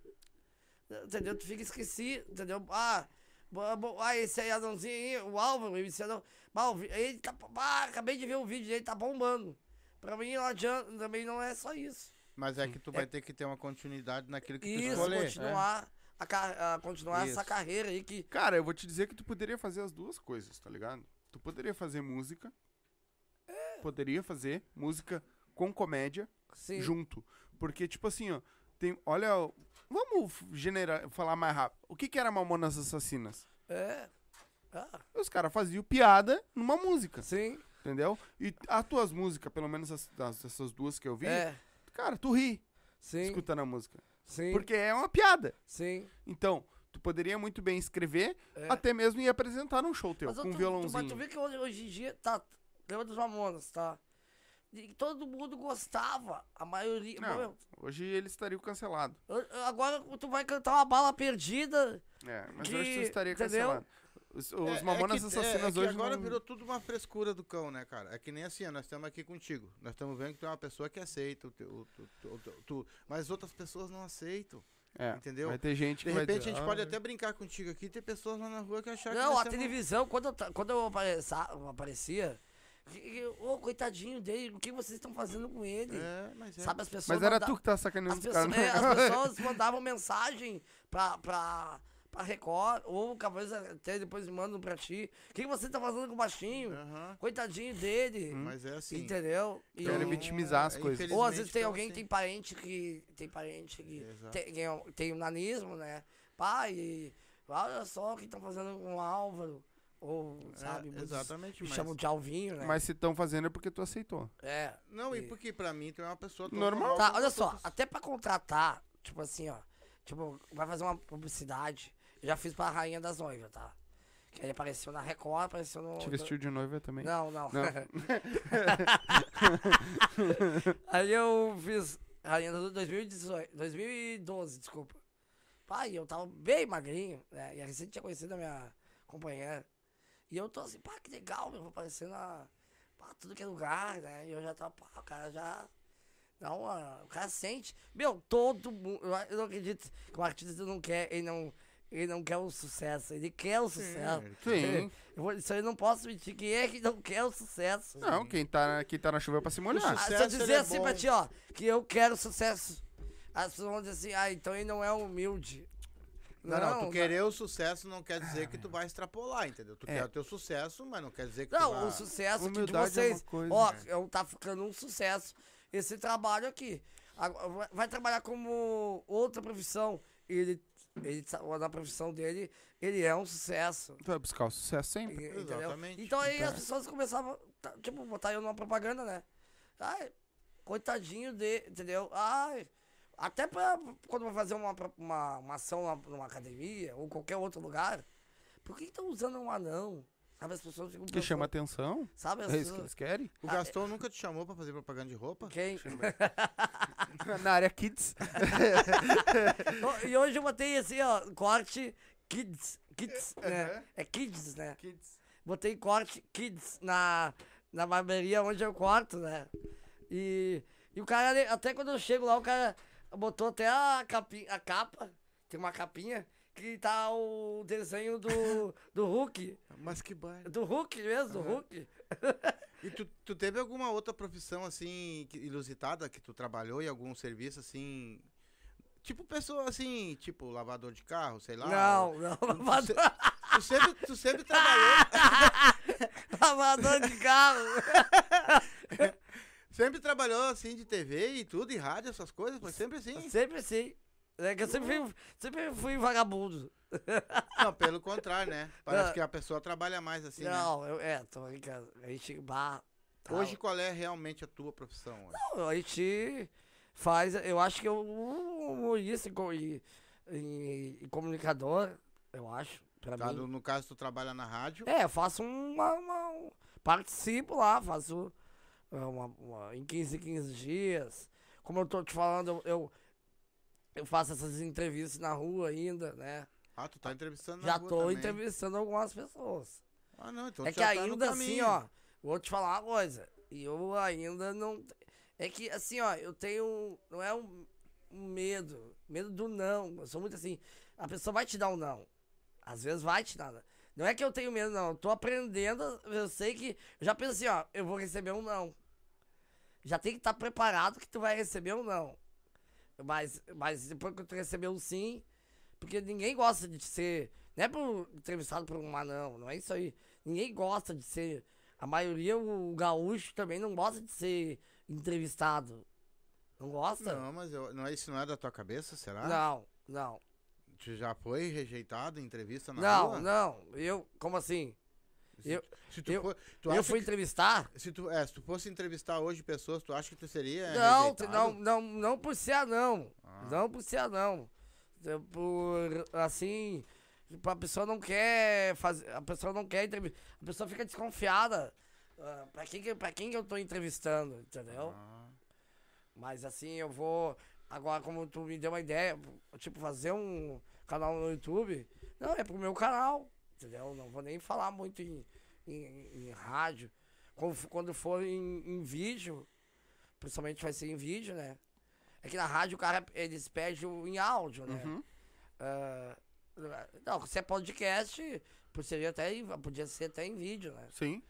Entendeu? Tu fica esquecido, entendeu? Ah, bo- bo- ah esse aí anãozinho aí, o Álvaro, esse é anão. Bah, o vi- ele tá, bah, acabei de ver o vídeo dele, tá bombando. Pra mim não adianta, também não é só isso. Mas é que tu vai ter que ter uma continuidade naquilo que tu Isso, escolher. É. continuar, a, ca- a continuar Isso. essa carreira aí que. Cara, eu vou te dizer que tu poderia fazer as duas coisas, tá ligado? Tu poderia fazer música. Poderia fazer música com comédia. Sim. junto. Porque, tipo assim, ó, tem, olha, ó, vamos genera, falar mais rápido. O que que era Mamonas Assassinas? É. Ah, Os caras faziam piada numa música, sim. entendeu? E as tuas músicas, pelo menos as, as- essas duas que eu vi, É. cara, tu ri Sim. escutando a música. Sim. Porque é uma piada. Sim. é. Então, tu poderia muito bem escrever, até mesmo ir apresentar um show teu, Mas eu com um tô- violãozinho. Mas tu vê que hoje, hoje em dia, tá, lembra dos Mamonas, tá? E todo mundo gostava, a maioria. Não, Meu, hoje ele estaria cancelado. eu- eu- agora tu vai cantar uma bala perdida. É, mas Que- hoje tu estaria entendeu? cancelado. Os, os mamonas que- é assassinas que hoje. agora não- virou tudo uma frescura do cão, né, cara? É que nem assim, ó, nós estamos aqui contigo. Nós estamos vendo que tu é uma pessoa que aceita. o teu- o- tu- tu- tu- tu- mas outras pessoas não aceitam. É, entendeu? Vai ter gente De que vai repente a dizer, gente pode "Ah, até brincar contigo aqui e ter pessoas lá na rua que Tá achar que. Não, nós né, a temos- televisão, quando eu, ta- quando eu apareça- aparecia, que- que- ô, coitadinho dele, o que vocês estão fazendo com ele? É, mas é. Sabe, as pessoas. Mas era manda- tu que tá sacaneando As, os pesso- caras. né?" é, as pessoas mandavam mensagem pra, pra, pra Record, ou talvez até depois mandam pra ti. O que, que você tá fazendo com o baixinho? É. Aham. Coitadinho dele. Mas é assim. Entendeu? E- Querem vitimizar as é, coisas. infeliz- ou às vezes Infelizmente, tem tá alguém que assim. tem parente que. Tem parente que Exato. tem, tem, um- tem um nanismo, né? Pai, olha só o que estão fazendo com o Álvaro. Ou, É, sabe, muitos exatamente. me mas- chamam de Alvinho, né? Mas se estão fazendo é porque tu aceitou. É. Não, e E- porque pra mim tu é uma pessoa tão Normal. Tá, quanto olha as só, outras. até pra contratar, tipo assim, ó. Tipo, vai fazer uma publicidade. Eu já fiz pra Rainha das Noivas, tá? Que aí apareceu na Record, apareceu no. Te no- vestiu de noiva também. Não, não. Não. aí eu fiz Rainha das Noivas 2018, 2012, desculpa. Pai, eu tava bem magrinho, né? E a recente tinha conhecido a minha companheira. E eu tô assim, pá, que legal, meu, vou aparecer na. Pá, tudo que é lugar, né? E eu já tava, pá, o cara já. Dá uma. O cara sente. Meu, todo mundo. Eu, eu não acredito que o artista não quer, ele não. Ele não quer o sucesso, ele quer o sucesso. Sim. Eu vou- isso aí eu não posso mentir. Quem é que não quer o sucesso? Não, quem tá, quem tá na chuva é pra se molhar. Ah, se eu sucesso, ele dizer é assim bom. pra ti, ó, que eu quero sucesso, as pessoas vão dizer assim, ah, então ele não é humilde. Não, não, tu querer o sucesso não quer dizer que tu vai extrapolar, entendeu? Tu É. quer o teu sucesso, mas não quer dizer que tu Ah. Não, vai... o sucesso que de Humildade é vocês. uma coisa, ó, né? eu tá ficando um sucesso esse trabalho aqui. Agora, vai- Vai trabalhar como outra profissão. Ele, ele tá- na profissão dele, ele é um sucesso. Tu vai buscar o sucesso sempre. E- entendeu? Exatamente. Então aí Então- as pessoas começavam, tá, tipo, botar eu numa propaganda, né? Ai, coitadinho dele, entendeu? Ai, até pra, quando vai fazer uma, pro- uma, uma ação numa, numa academia ou qualquer outro lugar, por que estão usando um anão? Sabe, as pessoas ficam Que chama pensando- atenção. Sabe, as É isso que pessoas... eles querem. O Ah, é. Gaston nunca te chamou pra fazer propaganda de roupa? Quem? na área kids. Oh, e hoje eu botei assim, ó, corte kids, kids, né? Aham. É kids, né? kids. botei corte kids na, na barbearia onde eu corto, né? E, e o cara, ele- até quando eu chego lá, o cara botou até a, capi, a capa, tem uma capinha, que tá o desenho do, do Hulk. Mas que baile. Do Hulk mesmo, do Hulk. E tu, tu teve alguma outra profissão, assim, que- inusitada que tu trabalhou em algum serviço, assim... Tipo pessoa, assim, tipo lavador de carro, sei lá. Não, não, Você- lavador, Tu sempre, tu sempre trabalhou... lavador de carro. Sempre trabalhou, assim, de TV e tudo, e rádio, essas coisas, foi sempre assim. Sempre assim. É que eu sempre fui, sempre fui vagabundo. Não, pelo contrário, né? Parece Não. que a pessoa trabalha mais assim, né? não, eu, é, tô brincando. A gente barra. tal. Hoje, qual é realmente a tua profissão? hoje? A gente faz. Eu acho que eu um, humorista e, co- e, e- e comunicador, eu acho, pra Tá? mim. No, no caso, tu trabalha na rádio. É, eu faço uma, uma- um- Participo lá, faço é, uma, uma- em 15, 15 dias. Como eu tô te falando, eu, eu, eu faço essas entrevistas na rua ainda, né? Ah, tu tá entrevistando na Já rua tô também. entrevistando algumas pessoas. Ah, não, então É tu que já tá no ainda assim, caminho. ó, vou te falar uma coisa. E eu ainda não. É que assim, ó, eu tenho. Não é um, um medo. Medo do não. Eu sou muito assim. A pessoa vai te dar um não. Às vezes vai te dar. Não é que eu tenho medo, não. Eu tô aprendendo. Eu sei que. Eu já penso assim, ó, eu vou receber um não. Já tem que estar preparado que tu vai receber um não. Mas, mas depois que tu receber um sim, porque ninguém gosta de ser. Não é por entrevistado por um anão, não é isso aí. Ninguém gosta de ser. A maioria, o gaúcho também não gosta de ser entrevistado. Não gosta? Não, mas eu, não é, isso não é da tua cabeça, será? não. não. Tu já foi rejeitado em entrevista na Não, rua? não. Eu, como assim? Se, Eu- se tu eu- for- tu eu acha fui que- entrevistar? se, tu, é, se tu fosse entrevistar hoje pessoas, tu acha que tu seria não, rejeitado? não, não, não por ser anão. Ah. Não por ser anão. É Por, assim, tipo, a pessoa não quer fazer, a pessoa não quer entrevistar, a pessoa fica desconfiada. Ah, pra, quem que, pra quem que eu tô entrevistando, entendeu? Ah, Mas assim, eu vou. Agora, como tu me deu uma ideia, tipo, fazer um canal no YouTube. Não, é pro meu canal. entendeu? Não vou nem falar muito em, em, em rádio. Quando, f- quando for em, em vídeo, principalmente vai ser em vídeo, né? É que na rádio o cara, eles pedem o- em áudio, né? Uhum. Ah, não, se é podcast, seria até, em- podia ser até em vídeo, né? Sim.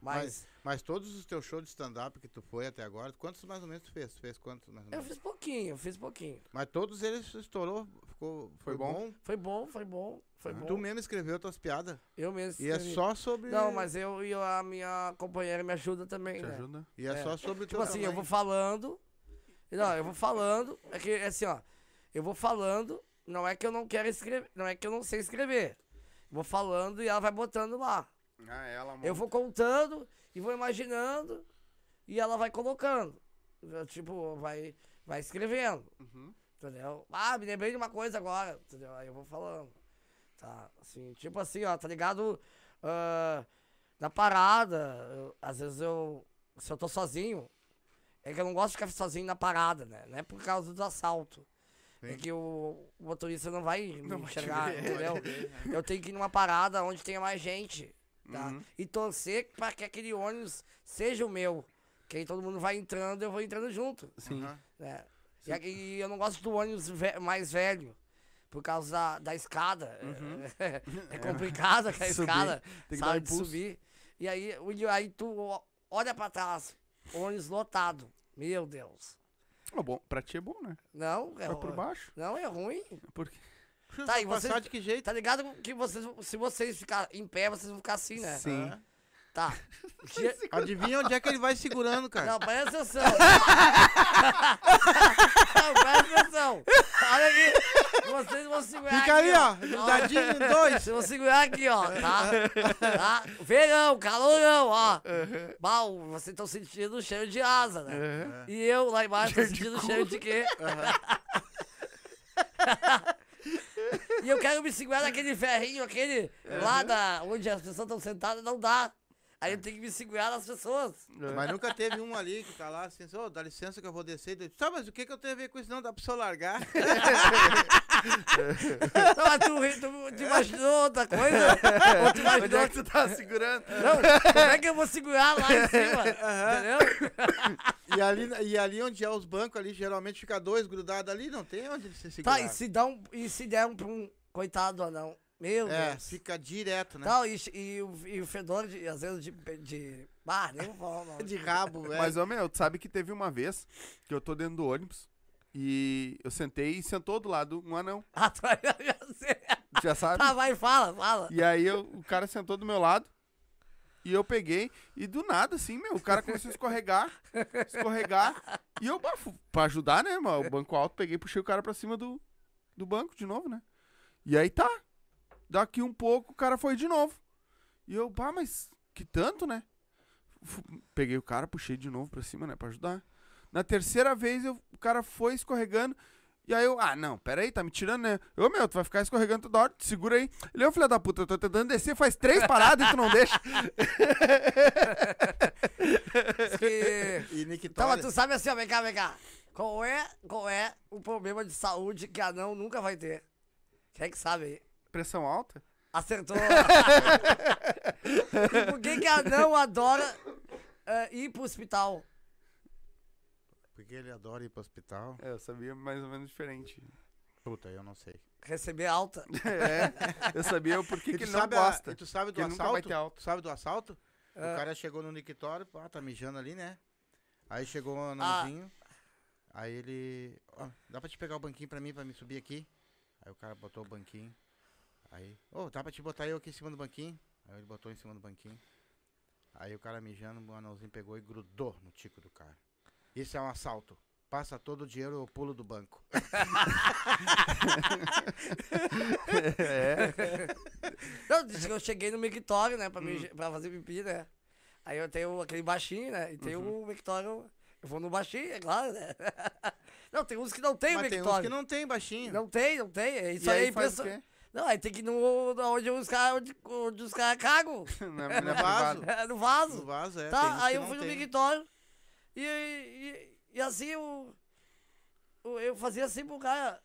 Mas, Mas todos os teus shows de stand-up que tu foi até agora, quantos mais ou menos tu fez? Tu fez quantos mais ou eu menos? fiz pouquinho, eu fiz pouquinho. Mas todos eles estourou, ficou, foi, bom? bom. Foi bom, foi bom, foi Ah. Tu bom. mesmo escreveu tuas piadas. Eu mesmo. E é escrevi. só sobre. Não, mas eu e a minha companheira me ajuda também, Hum. Te né? ajuda? Então tá E é, é. só sobre. Tipo assim, eu vou falando. Não, eu vou falando. É que é assim, ó. Eu vou falando. Não é que eu não quero escrever. Não é que eu não sei escrever. Vou falando e ela vai botando lá. Ah, ela, Eu vou contando e vou imaginando. E ela vai colocando. Eu, tipo, vai, vai escrevendo. Uhum. Entendeu? Ah, me lembrei de uma coisa agora. Entendeu? Aí eu vou falando. Tá, assim, tipo assim, ó, tá ligado? Ah, na parada, eu- às vezes eu. Se eu tô sozinho, é que eu não gosto de ficar sozinho na parada, né? Não é por causa do assalto. É Sim. que o o motorista não vai me Não vai te enxergar, ver, entendeu? Eu tenho que ir numa parada onde tenha mais gente, tá? Uhum. E torcer pra que aquele ônibus seja o meu. Que aí todo mundo vai entrando, eu vou entrando junto Sim. né? E, aqui- e eu não gosto do ônibus ve- mais velho, por causa da, da escada. É, complicado aquela Uhum. Subir, escada, tem que dar um sabe, de impulso. subir. E aí, o- e aí tu o- olha pra trás, ônibus lotado. Meu Deus. Ah, bom, pra ti é bom, né? Não, é, Vai por ru- baixo. não, é ruim. Porque... Tá, e passar vocês- de que jeito? Tá ligado que vocês, se vocês ficarem em pé, vocês vão ficar assim, né? Sim. É. Tá. Dia- Adivinha onde é que ele vai segurando, cara? Não, presta atenção. não, presta atenção. Olha aqui. Vocês vão segurar Fica aqui, ali, ó. Grudadinho em dois. Vocês vão segurar aqui, ó. Tá? tá? Verão, calorão, ó. Mal, vocês estão sentindo o cheiro de asa, né? E eu lá embaixo tô sentindo o cheiro de quê? e eu quero me segurar naquele ferrinho, aquele lá da, onde as pessoas estão sentadas, não dá. Aí eu tenho que me segurar nas pessoas. Mas nunca teve um ali que tá lá assim, ô, dá licença que eu vou descer. Ele, Tá, mas o que que eu tenho a ver com isso? Não, dá pra só largar. Não, mas tu, ri- tu, tu imaginou outra coisa? Ou tu Onde imaginou é que tu tá segurando? Não, como é que eu vou segurar lá em cima? Entendeu? E ali, e ali onde é os bancos ali, geralmente fica dois grudados ali, não tem onde ele se segurar. Tá, e se, dá um, e se der um pra um coitado anão? Meu É, Deus. fica direto, né? Não, e, e o, e o fedor, de, às vezes, de... de ah, nem vou falar o nome. De rabo, é. velho. Mas, ô meu, tu sabe que teve uma vez que eu tô dentro do ônibus e eu sentei e sentou do lado um anão, Ah, tu vai- eu sei. tu já sabe? Tá, vai, fala, fala. E aí eu- o cara sentou do meu lado e eu peguei e do nada, assim, meu, o cara começou a escorregar, escorregar e eu, bah, fu- pra ajudar, né, mano, o banco alto, peguei e puxei o cara pra cima do, do banco de novo, né? E aí tá, daqui um pouco o cara foi de novo. E eu, pá, mas que tanto, né? Fu- Peguei o cara, puxei de novo pra cima, né, pra ajudar. Na terceira vez eu- o cara foi escorregando. E aí eu, ah, não, peraí, tá me tirando, né? Ô, meu, tu vai ficar escorregando toda hora, te segura aí. Ele, ô, filho da puta, eu tô tentando descer faz três paradas e tu não deixa. Que... E Nick Então, mas tu sabe assim, ó, vem cá, vem cá. Qual é, qual é o problema de saúde que anão nunca vai ter? Quem é que sabe aí? Pressão alta? Acertou. E Por que que anão adora eh, ir pro hospital? Porque ele adora ir pro hospital. É, eu sabia mais ou menos diferente. Puta, eu não sei. Receber alta? É, eu sabia o porquê que tu ele não sabe a- gosta. e tu sabe do Ele nunca vai assalto? ter alto. É. Tu sabe do assalto? O cara chegou no Nictório, pá, tá mijando ali, né? Aí chegou Ah. o anãozinho. Aí ele. Ó, dá pra te pegar o banquinho pra mim, pra me subir aqui? Aí o cara botou o banquinho. Aí. Ô, dá pra te botar eu aqui em cima do banquinho? Aí ele botou em cima do banquinho. Aí o cara mijando, o anãozinho pegou e grudou no tico do cara. Isso é um assalto. Passa todo o dinheiro, eu pulo do banco. Não, diz que eu cheguei no mictório, né, pra, Hum. me, pra fazer pipi, né? Aí eu tenho aquele baixinho, né? E tem Uhum. o mictório... Eu vou no baixinho, é claro, né? Não, tem uns que não tem o Mas tem uns mictório. que não tem baixinho. Não tem, não tem. é Isso E aí, aí é faz o impressão- quê? Não, aí tem que ir no, onde os caras onde, onde os caras cagam. Na, No na vaso. privada. É, no vaso. No vaso, é. tem uns tá, aí que eu não fui no tem. mictório e, e, e assim eu, eu, eu fazia assim pro cara.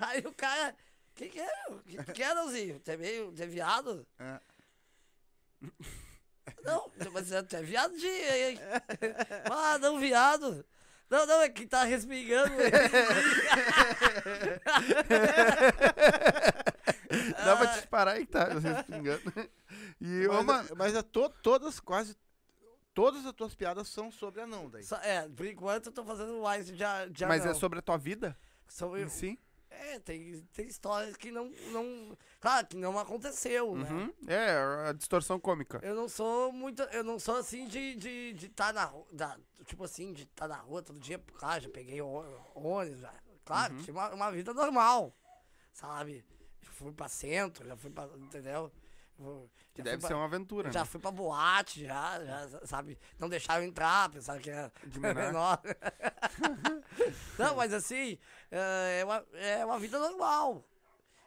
aí o cara, Que que é? O que tu quer, Leozinho? Tu é meio. Tu é viado? É. Não, mas é- tu é viado de. Ah, não, viado. Não, não, é que tá respingando. Dá pra te parar aí que tá, se eu me engano. E, ô, Mas, é, mano, mas a to- todas, quase. Todas as tuas piadas são sobre anão, daí. Só- é, por enquanto eu tô fazendo wise de, a- de mas anão. é sobre a tua vida Sobre- em si? É, tem, tem histórias que não, não. Claro, que não aconteceu, né? Uhum. É, a distorção cômica. Eu não sou muito. Eu não sou assim de estar de, de tá na rua. Tipo assim, de estar tá na rua todo dia. Ah, já peguei ô- ônibus. Já. Claro, Uhum. tinha uma, uma vida normal. Sabe? Já fui pra centro, já fui pra. Entendeu? Vou- Que já deve fui ser pra- uma aventura, Já né? fui pra boate, já, já, sabe? Não deixaram entrar, pensaram que era De menor. menor. não, mas assim, é é uma, é uma vida normal.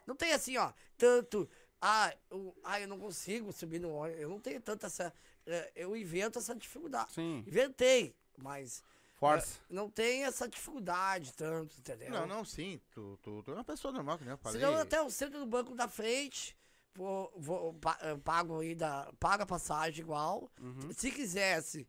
Não tem assim, ó, tanto. Ah, eu, ah, eu não consigo subir no ônibus. Eu não tenho tanta essa. é, Eu invento essa dificuldade. Sim, Inventei, mas força. não tem essa dificuldade tanto, entendeu? Não, não, sim. Tu, tu, tu é uma pessoa normal, que nem eu falei. Senão eu até eu sento no banco da frente, vou, vou, pa- eu pago, ainda, pago a passagem igual. Se quisesse,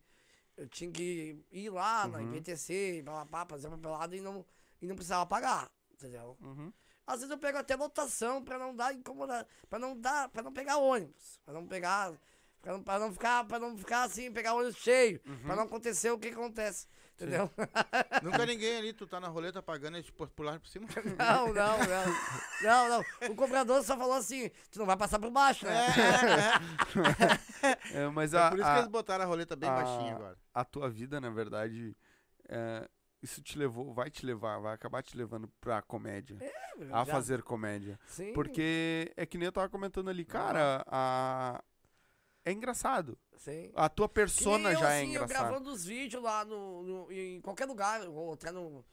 eu tinha que ir lá na IPTC, blá, blá, blá, fazer uma pelada e não, e não precisava pagar, entendeu? Uhum. Às vezes eu pego até lotação pra não dar incomodar, pra não dar, para não pegar ônibus, pra não pegar, pra não, pra não ficar, para não ficar assim, pegar ônibus cheio, pra não acontecer o que acontece, entendeu? Nunca ninguém ali, tu tá na roleta pagando e te pular por cima. É Não, não, não. Não, não. O comprador só falou assim: tu não vai passar por baixo, né? É, mas É a, por isso que a, eles botaram a roleta bem Ah. a- baixinha agora. a tua vida, na verdade, é, isso te levou, vai te levar, vai acabar te levando pra comédia. a Já- fazer comédia. É, Sim. Porque é que nem eu tava comentando ali, cara, a... é engraçado. Sim. A tua Que persona nem eu, já é assim, Eu engraçada. gravando os vídeos lá no, no- em qualquer lugar, ou até no.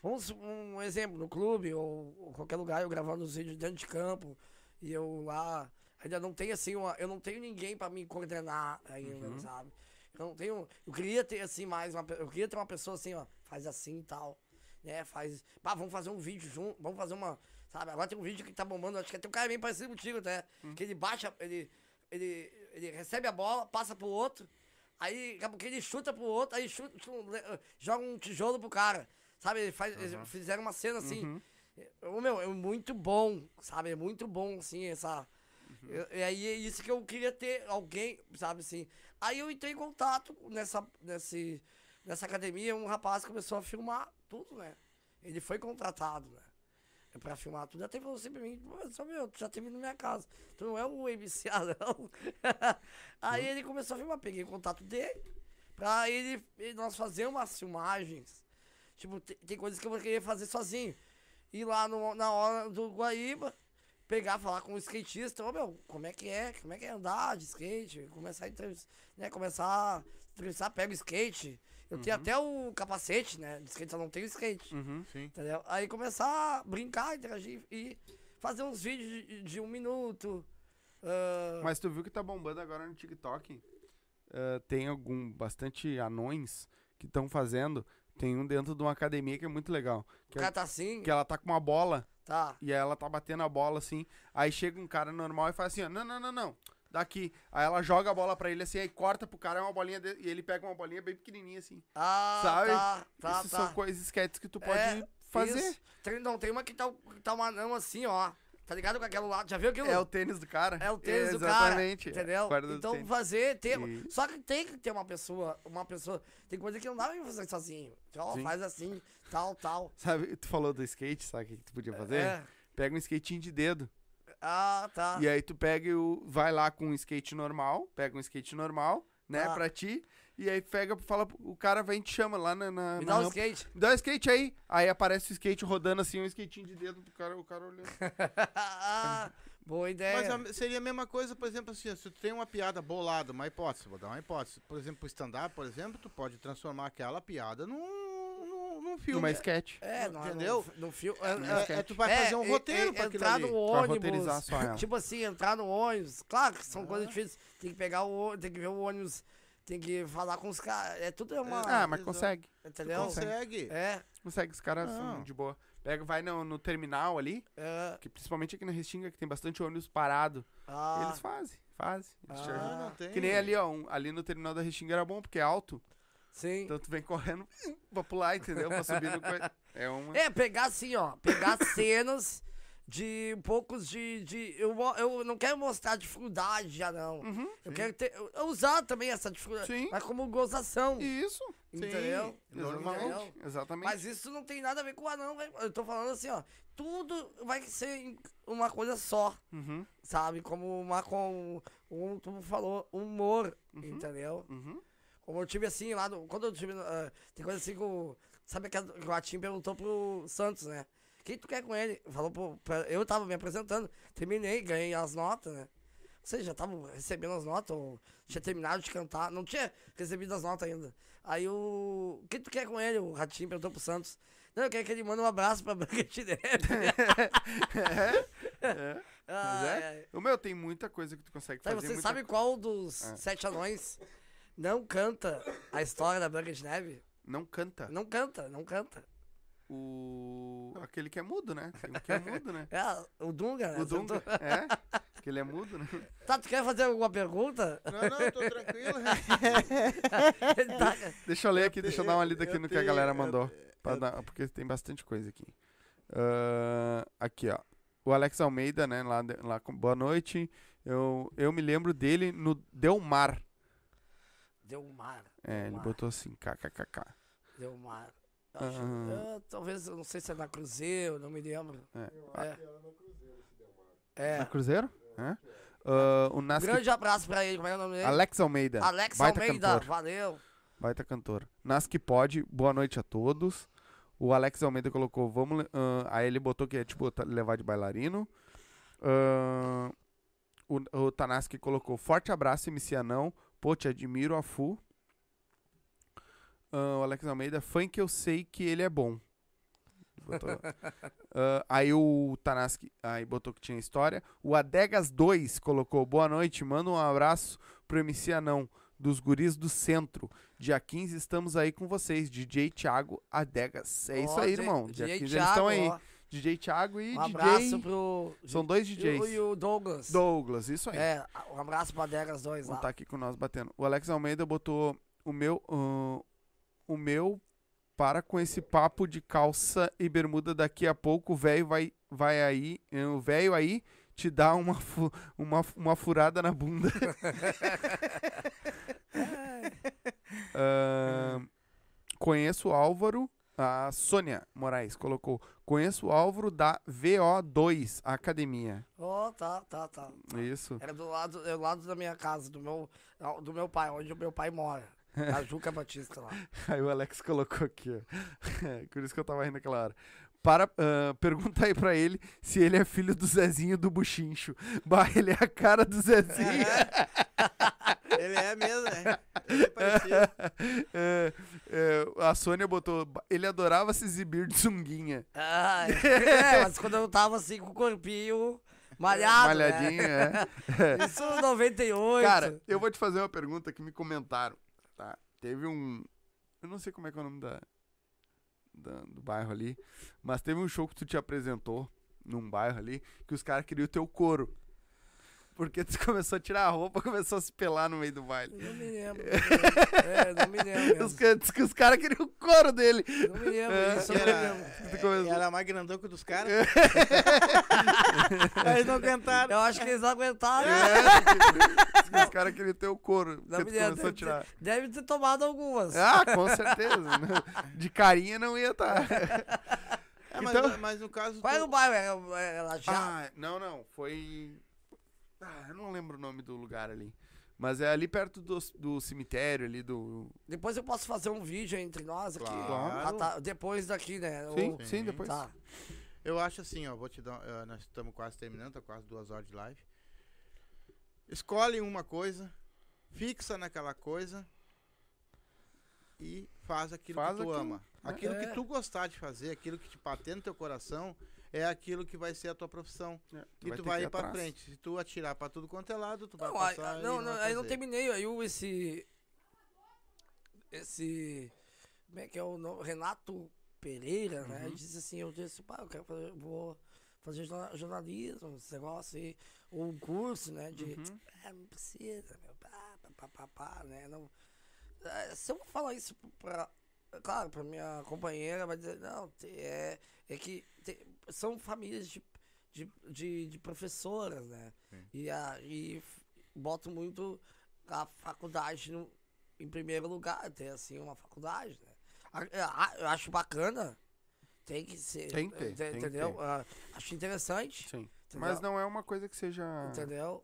Vamos, um exemplo, no clube, ou, ou qualquer lugar, eu gravando os vídeos dentro de campo, e eu lá. Ainda não tenho assim, uma, eu não tenho ninguém pra me coordenar ainda, sabe? Eu não tenho. Eu queria ter assim mais uma. pe- Eu queria ter uma pessoa assim, ó, faz assim e tal. Né? Faz. Pá, vamos fazer um vídeo junto, vamos fazer uma. Sabe, agora tem um vídeo que tá bombando, acho que até um cara bem parecido contigo, até. Que ele baixa, ele, ele, ele recebe a bola, passa pro outro, aí daqui a pouquinho ele chuta pro outro, aí chuta, chu- le- joga um tijolo pro cara. Sabe, ele faz, eles fizeram uma cena assim. Ô, meu, é muito bom, sabe? É muito bom, assim, essa. Eu- E aí é isso que eu queria ter alguém, sabe assim. Aí eu entrei em contato nessa, nesse, nessa academia, um rapaz começou a filmar tudo, né? Ele foi contratado, né? Pra filmar tudo. Até falou assim pra mim, professor, meu, tu já teve na minha casa. Tu não é o MCA, não. aí ele começou a filmar, peguei o contato dele, pra ele, ele- nós fazer umas filmagens. Tipo, te- tem, coisas que eu vou querer fazer sozinho. Ir lá no- na hora do Guaíba, pegar, falar com o skatista, ô meu, como é que é? Como é que é andar de skate? Começar a entrevistar, né? Começar a entrevistar, pega o skate. Eu tenho até o capacete, né? De skate, eu não tenho skate. Uhum. Sim. Entendeu? Aí começar a brincar, interagir e fazer uns vídeos de, de um minuto. ah, Mas tu viu que tá bombando agora no TikTok? Ah, tem algum, bastante anões que estão fazendo. Tem um dentro de uma academia que é muito legal. o cara tá assim, Que ela tá com uma bola tá. e aí ela tá batendo a bola assim. Aí chega um cara normal e faz assim: ó, não, não, não, não. Daqui. Aí ela joga a bola pra ele assim, aí corta pro cara é uma bolinha de- e ele pega uma bolinha bem pequenininha assim. Ah, Sabe? tá, tá, Isso tá. são coisas, esquetes que tu pode É, fazer. isso. Tem, não, tem uma que tá, que tá um anão assim, ó. Tá ligado com aquele lado? Já viu aquilo? É o tênis do cara. É o tênis do cara. Exatamente. É, Entendeu? Guarda do Então tênis. fazer ter. E- Só que tem que ter uma pessoa, uma pessoa. Tem coisa que não dá pra fazer sozinho. Então, ó, Sim. faz assim, tal, tal. Sabe, tu falou do skate, sabe o que que tu podia fazer? É. Pega um skatinho de dedo. Ah, tá. E é aí tu pega e o. Vai lá com um skate normal, pega um skate normal, né, Tá. pra ti. E aí pega, fala, o cara vem e te chama lá na. na Me na dá um rampa. skate. Me Dá um skate aí. Aí aparece o skate rodando assim, um skatinho de dedo pro cara, o cara olhando. Ah, Boa ideia. Mas a- seria a mesma coisa, por exemplo, assim, ó, se tu tem uma piada bolada, uma hipótese, vou dar uma hipótese. Por exemplo, o stand-up, por exemplo, tu pode transformar aquela piada num, num, num filme. Numa sketch. É, não, Entendeu? No, no filme. É, é, tu vai fazer um e- roteiro e- pra aquilo entrar ali. no Pra roteirizar ônibus. só ela. Tipo assim, entrar no ônibus. Claro que Ah. são coisas difíceis. Tem que pegar o ônibus, tem que ver o ônibus, tem que falar com os caras. É tudo uma. Ah, mas exato. consegue. entendeu? Consegue. É. Consegue, os caras Não. são de boa. Pega, vai no, no terminal ali, É, que principalmente aqui na Restinga, que tem bastante ônibus parado. ah, Eles fazem, fazem. Eles te Ah. ajudam. não tem. Que nem ali, ó. um- ali no terminal da Restinga era bom, porque é alto. sim. Então tu vem correndo pra pular, entendeu? Pra subir no. coi- É uma. É, pegar assim, ó. Pegar cenas de poucos de. de eu, mo- eu não quero mostrar dificuldade já, não. eu quero ter, eu- eu usar também essa dificuldade. Uhum. Sim. Mas como gozação. Isso. Sim, Entendeu? Exatamente. entendeu? Exatamente. É Mas isso não tem nada a ver com o anão, velho. Eu tô falando assim, ó. Tudo vai ser em- uma coisa só, Uhum, sabe? Como o Marcon, um, tu falou, humor, entendeu? uhum. Como eu tive assim lá, no, quando eu tive. ah, tem coisa assim com. Sabe que a- que o Atim perguntou pro Santos, né? Quem tu quer com ele? Falou pro, pra- eu tava me apresentando, terminei, ganhei as notas, né? Vocês já estavam recebendo as notas, ou tinha terminado de cantar, não tinha recebido as notas ainda. Aí o. O que tu quer com ele? O Ratinho perguntou pro Santos. Não, eu quero que ele mande um abraço pra Branca de Neve. É. Mas É. Ai, ai. é. O meu, tem muita coisa que tu consegue Tá, fazer. e vocês muita- É. sabem qual dos sete anões não canta a história da Branca de Neve? Não canta. Não canta, não canta. O. Aquele que é mudo, né? Tem um que é mudo, né? É, o Dunga, né? O Dunga. É? Que ele é mudo, né? Tá, tu quer fazer alguma pergunta? Não, não, tô tranquilo. Ele tá- Deixa eu ler aqui, te- deixa eu dar uma lida aqui eu no que a te- galera eu mandou. pra dar- porque tem bastante coisa aqui. Ah, aqui, ó. O Alex Almeida, né? Lá, de- lá com boa noite. Eu, eu me lembro dele no Delmar. Deu um mar. É, ele Delmar. botou assim, kkkk. Deu um mar. Eu acho- Ah. eu- talvez, eu não sei se é na Cruzeiro, não me lembro. É. É. Na Cruzeiro? É. Ah, o Um Nasc... grande abraço pra ele, como é o nome dele? Alex Almeida. Alex baita Almeida, Cantor. valeu. Baita cantor. Nas que pode, boa noite a todos. O Alex Almeida colocou, vamos. le- ahn, aí ele botou que é tipo ta- levar de bailarino. Ahn, o, o Tanaski colocou, forte abraço, MC Anão. Pô, te admiro, a Fu. Ahn, o Alex Almeida, fã que eu sei que ele é bom. Botou. Ahn, aí o Tanaski aí botou que tinha história. O Adegas 2 colocou, boa noite, manda um abraço pro MC Anão, dos guris do centro. Dia 15 estamos aí com vocês, DJ Thiago Adegas. É isso Ó, aí, Di- irmão. Dia DJ 15 eles Thiago, estão aí. ó, DJ Thiago e Um DJ. abraço pro. São dois e o- DJs. E o Douglas. Douglas, isso aí. É, um abraço pra Degas dois Vão lá. estar aqui com nós batendo. O Alex Almeida botou o meu. ahn, o meu. Para com esse papo de calça e bermuda. Daqui a pouco o velho vai, vai aí. eh, O velho aí te dá uma, fu- uma, uma furada na bunda. Ahn, conheço o Álvaro. A Sônia Moraes colocou. Conheço o Álvaro da VO2 Academia. Ó, tá, tá, tá. Isso. Era do lado, do lado da minha casa, do meu, do meu pai, onde o meu pai mora. A Juca Batista lá. Aí o Alex colocou aqui, ó. Por isso que eu tava rindo naquela hora. Para, ah, pergunta aí pra ele se ele é filho do Zezinho do Buchincho. Bah, ele é a cara do Zezinho. Ele é mesmo, né? Ele é parecido. É, é, a Sônia botou. "Bah, Ele adorava se exibir de zunguinha. Ah, é, mas quando eu tava assim com o corpinho malhado. Malhadinho, Né? é. Isso no 98. Cara, eu vou te fazer uma pergunta que me comentaram. Tá? Teve um. Eu não sei como é que é o nome da, da- do bairro ali. Mas teve um show que tu te apresentou num bairro ali que os caras queriam o teu couro. Porque tu começou a tirar a roupa, começou a se pelar no meio do baile. Não me lembro. não me lembro. É, não me lembro. Os, Mesmo. ca- diz que os caras queriam o couro dele. Não me lembro. É, Isso eu não me lembro. Tu começou- É, Era mais grandão que o dos caras. Mas não cantaram. Eu acho que eles não aguentaram. É, diz que os caras queriam o teu couro. Não Porque tu me começou a lembro. tirar. Deve ter tomado algumas. Ah, com certeza. né? De carinha não ia tá. estar. É, mas, Então- mas no caso. Qual era do- o bairro? É, Era, era Lajeado? Ah, não, não. Foi. Ah, eu não lembro o nome do lugar ali. Mas é ali perto do, do cemitério, ali do. Depois eu posso fazer um vídeo entre nós aqui. Claro. Ah, tá. Depois daqui, né? Sim, Ou- sim, Sim. depois. Tá. Eu acho assim, ó, vou te dar. eh, nós estamos quase terminando, tá quase duas horas de live. Escolhe uma coisa, fixa naquela coisa e faz aquilo Faz que tu aquilo, ama. Aquilo É. que tu gostar de fazer, aquilo que te bater no teu coração, é aquilo que vai ser a tua profissão. É, e ter tu que vai ir ir pra atrás. frente. Se tu atirar pra tudo quanto é lado, tu vai Não, aí, passar. e não, não, vai aí não fazer. terminei. Aí o esse. Esse. Como é que é o nome? Renato Pereira, né? Uhum. E disse assim, eu disse, pá, eu quero fazer, eu vou fazer jorna- jornalismo, esse negócio aí, ou um curso, né? De. Uhum. Ah, não precisa, meu, pá, pá, pá, pá, pá, né? Não, ah, se eu falar isso pra. Claro, pra minha companheira, vai dizer, não, te- é, é que te- são famílias de, de, de, de professoras, né? É. E, a, e f- boto muito a faculdade no, em primeiro lugar, ter assim uma faculdade, né? A- a- Eu acho bacana. Tem que ser. Tem que ter, ente- tem que Entendeu? ter. Ah, Acho interessante. Sim. Entendeu? Mas não é uma coisa que seja Entendeu?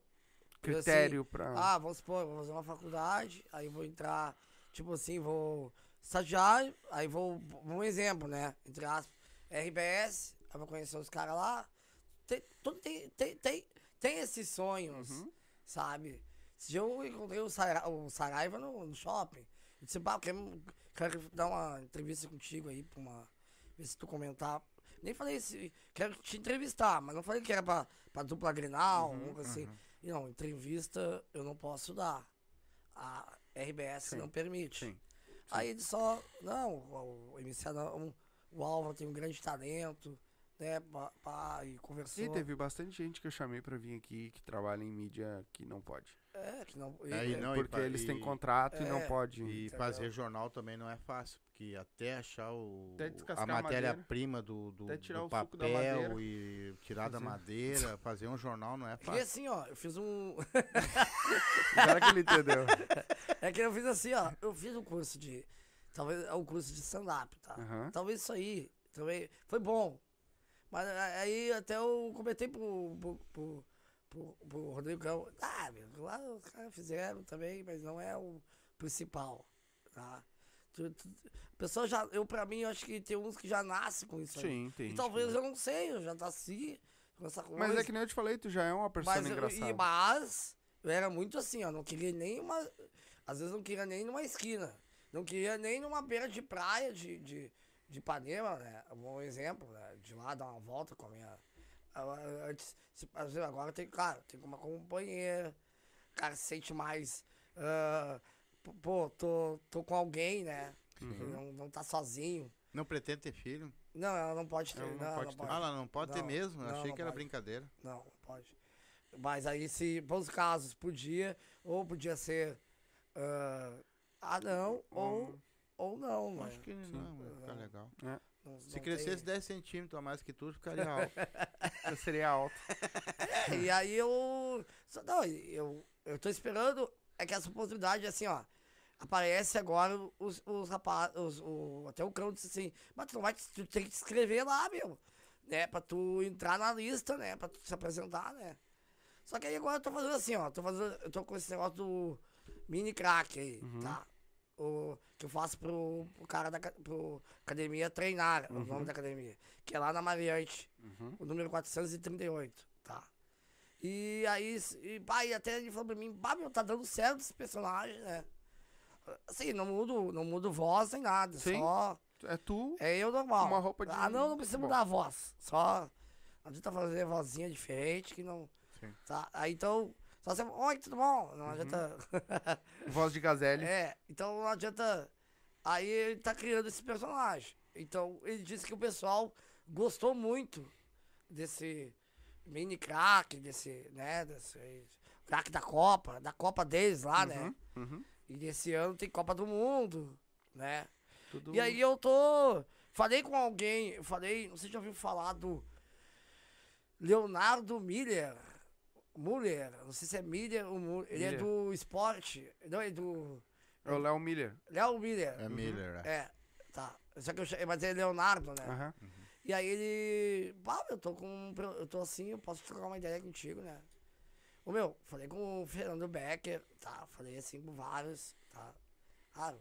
E assim, critério pra. ah, vamos supor, vou fazer uma faculdade, aí vou entrar, tipo assim, vou estagiar, aí vou. Um exemplo, né? Entre aspas, RBS, aí vou conhecer os caras lá. Tem, tudo tem, tem, tem, tem esses sonhos, sabe? Esse dia eu encontrei o, Sara, o Saraiva no, no shopping. Eu disse, pá, eu quero, quero dar uma entrevista contigo aí pra uma. Ver se tu comentar. Nem falei se. Quero te entrevistar, mas não falei que era pra, pra dupla Uhum, Grenal, alguma coisa assim. Não, entrevista eu não posso dar. A RBS não permite. Sim. Aí ele só. Não, o, o MC Adão, o Álvaro tem um grande talento, né? Pá, pá, e conversou. E teve bastante gente que eu chamei pra vir aqui que trabalha em mídia que não pode. É, que não. e- Aí é, não, e porque pa- eles têm e- contrato e não É. pode. E Entendeu? fazer jornal também não é fácil, porque até achar o, Até descascar a a matéria-prima do, do, até do tirar o suco da papel madeira. e tirar da Fazer. madeira, fazer um jornal não é E fácil. assim, ó, eu fiz um. Será que ele entendeu? É que eu fiz assim, ó. Eu fiz um curso de. Talvez é um curso de stand-up, tá? Aham. Talvez isso aí também. Foi bom. Mas a- aí até eu comentei pro, pro, pro, pro, pro Rodrigo Cão. Ah, meu, lá os caras fizeram também, mas não é o principal. Tá? Tu, tu, o pessoal já. Eu, pra mim, eu acho que tem uns que já nascem com isso aí. Sim, tem. E gente talvez que- eu não sei, eu já nasci com essa coisa. Mas é que nem eu te falei, tu já é uma pessoa Mas, eu, engraçada. e, mas eu era muito assim, ó. Não queria nem uma. Às vezes não queria nem numa esquina. Não queria nem numa beira de praia de, de, de Ipanema, né? Um bom exemplo, né? De lá dar uma volta com a minha. a- a- Antes, se- às vezes agora tem, claro, tem uma companheira. O cara se sente mais. ah, p- pô, tô, tô com alguém, né? Uhum. Não, não tá sozinho. Não pretende ter filho? Não, ela não pode ter. Ela Não, não ela pode não ter. pode. Ah, ela não pode ter Não, mesmo? Eu não, Achei não que era pode. brincadeira. Não, pode. Mas aí, se, para os casos, podia, ou podia ser. ah, ah, não, ou, ou não, mano. Acho que não, ia ficar Não. legal. Não- Se não crescesse tem- Uhum. 10 centímetros a mais que tu, ficaria alto. Eu seria alto. É, e aí eu. só- Não, eu, eu tô esperando. É que essa oportunidade, assim, ó. Aparece agora os, os rapazes. O, até o cão disse assim, mas tu não vai te- tu tem que te inscrever lá, meu. Né? Pra tu entrar na lista, né? Pra tu se apresentar, né? Só que aí agora eu tô fazendo assim, ó. Tô fazendo, eu tô com esse negócio do mini crack aí, tá? O, que eu faço pro, pro cara da ca- pro academia treinar, é o nome da academia. Que é lá na Mariante, o número 438, tá? E aí, s- e, pá, e até ele falou pra mim, bah, meu, tá dando certo esse personagem, né? Assim, não mudo, não mudo voz nem nada, Sim. só É tu. é eu normal. Uma roupa de- Ah, não, não precisa Bom. mudar a voz. Só. Não adianta fazer vozinha diferente que não. Sim. Tá? Aí então. Só você. Oi, tudo bom? Uhum. Não adianta. Voz de gazelle. é, então não adianta. Aí ele tá criando esse personagem. Então ele disse que o pessoal gostou muito desse mini crack, desse. né? Desse. Crack da Copa, da Copa deles lá, né? Uhum. E nesse ano tem Copa do Mundo, né? Tudo... E aí eu tô. Falei com alguém, eu falei, não sei se já ouviu falar do Leonardo Miller. Muller, não sei se é Miller ou Muller. Ele é Miller. do esporte. Não, é do. É o Léo Miller. Léo Miller. Uhum. É Miller, é. É, tá. Só que eu che- Mas é Leonardo, né? Aham. E aí ele. Pá, eu tô com. um pro- Eu tô assim, eu posso trocar uma ideia contigo, né? Ô meu, falei com o Fernando Becker, tá? Falei assim com vários, tá? Claro,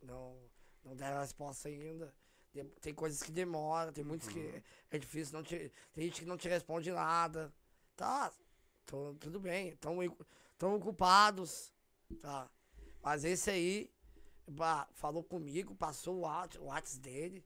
não, não deram resposta ainda. Dem- Tem coisas que demoram, tem muitos que é difícil, não te, tem gente que não te responde nada. Tá, tô- tudo bem, tão, ocu- tão ocupados, tá? Mas esse aí, bah, falou comigo, passou o Whats- o WhatsApp dele.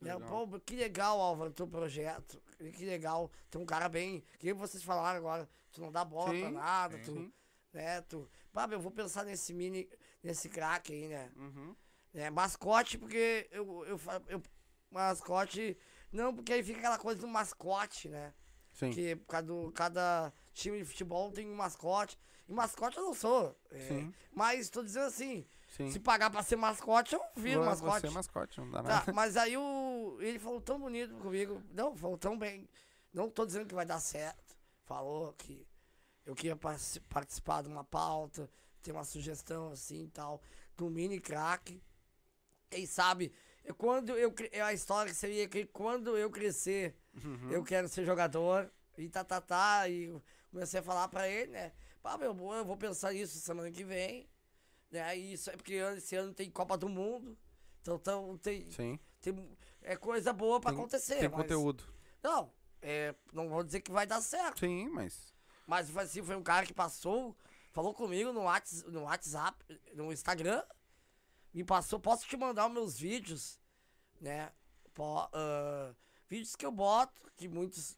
Né? Legal. Pô, que legal, Álvaro, teu projeto. Que legal. Tem um cara bem. Que nem vocês falaram agora. Tu não dá bola pra Sim, nada. sim. Tu, né, tu. Pá, meu, eu vou pensar nesse mini. Nesse craque aí, né? Uhum. né? Mascote, porque eu, eu, fa- eu, mascote. Não, porque aí fica aquela coisa do mascote, né? Sim. Que por causa do- cada time de futebol tem um mascote. E mascote eu não sou. é, Sim. Mas tô dizendo assim, Sim. se pagar pra ser mascote, eu viro Mas mascote. Você é mascote, não dá Tá, nada. mas aí o, ele falou tão bonito comigo. Não, falou tão bem. Não tô dizendo que vai dar certo. Falou que eu queria parti- participar de uma pauta, ter uma sugestão assim e tal, do mini crack. Quem sabe, eu, quando eu, cre- é a história que seria que quando eu crescer, eu quero ser jogador. E tá, tá, tá. E eu comecei a falar pra ele, né? Pá, meu, eu vou pensar nisso semana que vem. Né? E isso é porque ano- esse ano tem Copa do Mundo. Então, então tem, Sim. tem é coisa boa pra Tem- acontecer. Tem mas- conteúdo. Não, é, não vou dizer que vai dar certo. Sim, mas. Mas foi assim, foi um cara que passou, falou comigo no, Whats, no WhatsApp, no Instagram, me passou, posso te mandar os meus vídeos, né? Po- ah, vídeos que eu boto, que muitos.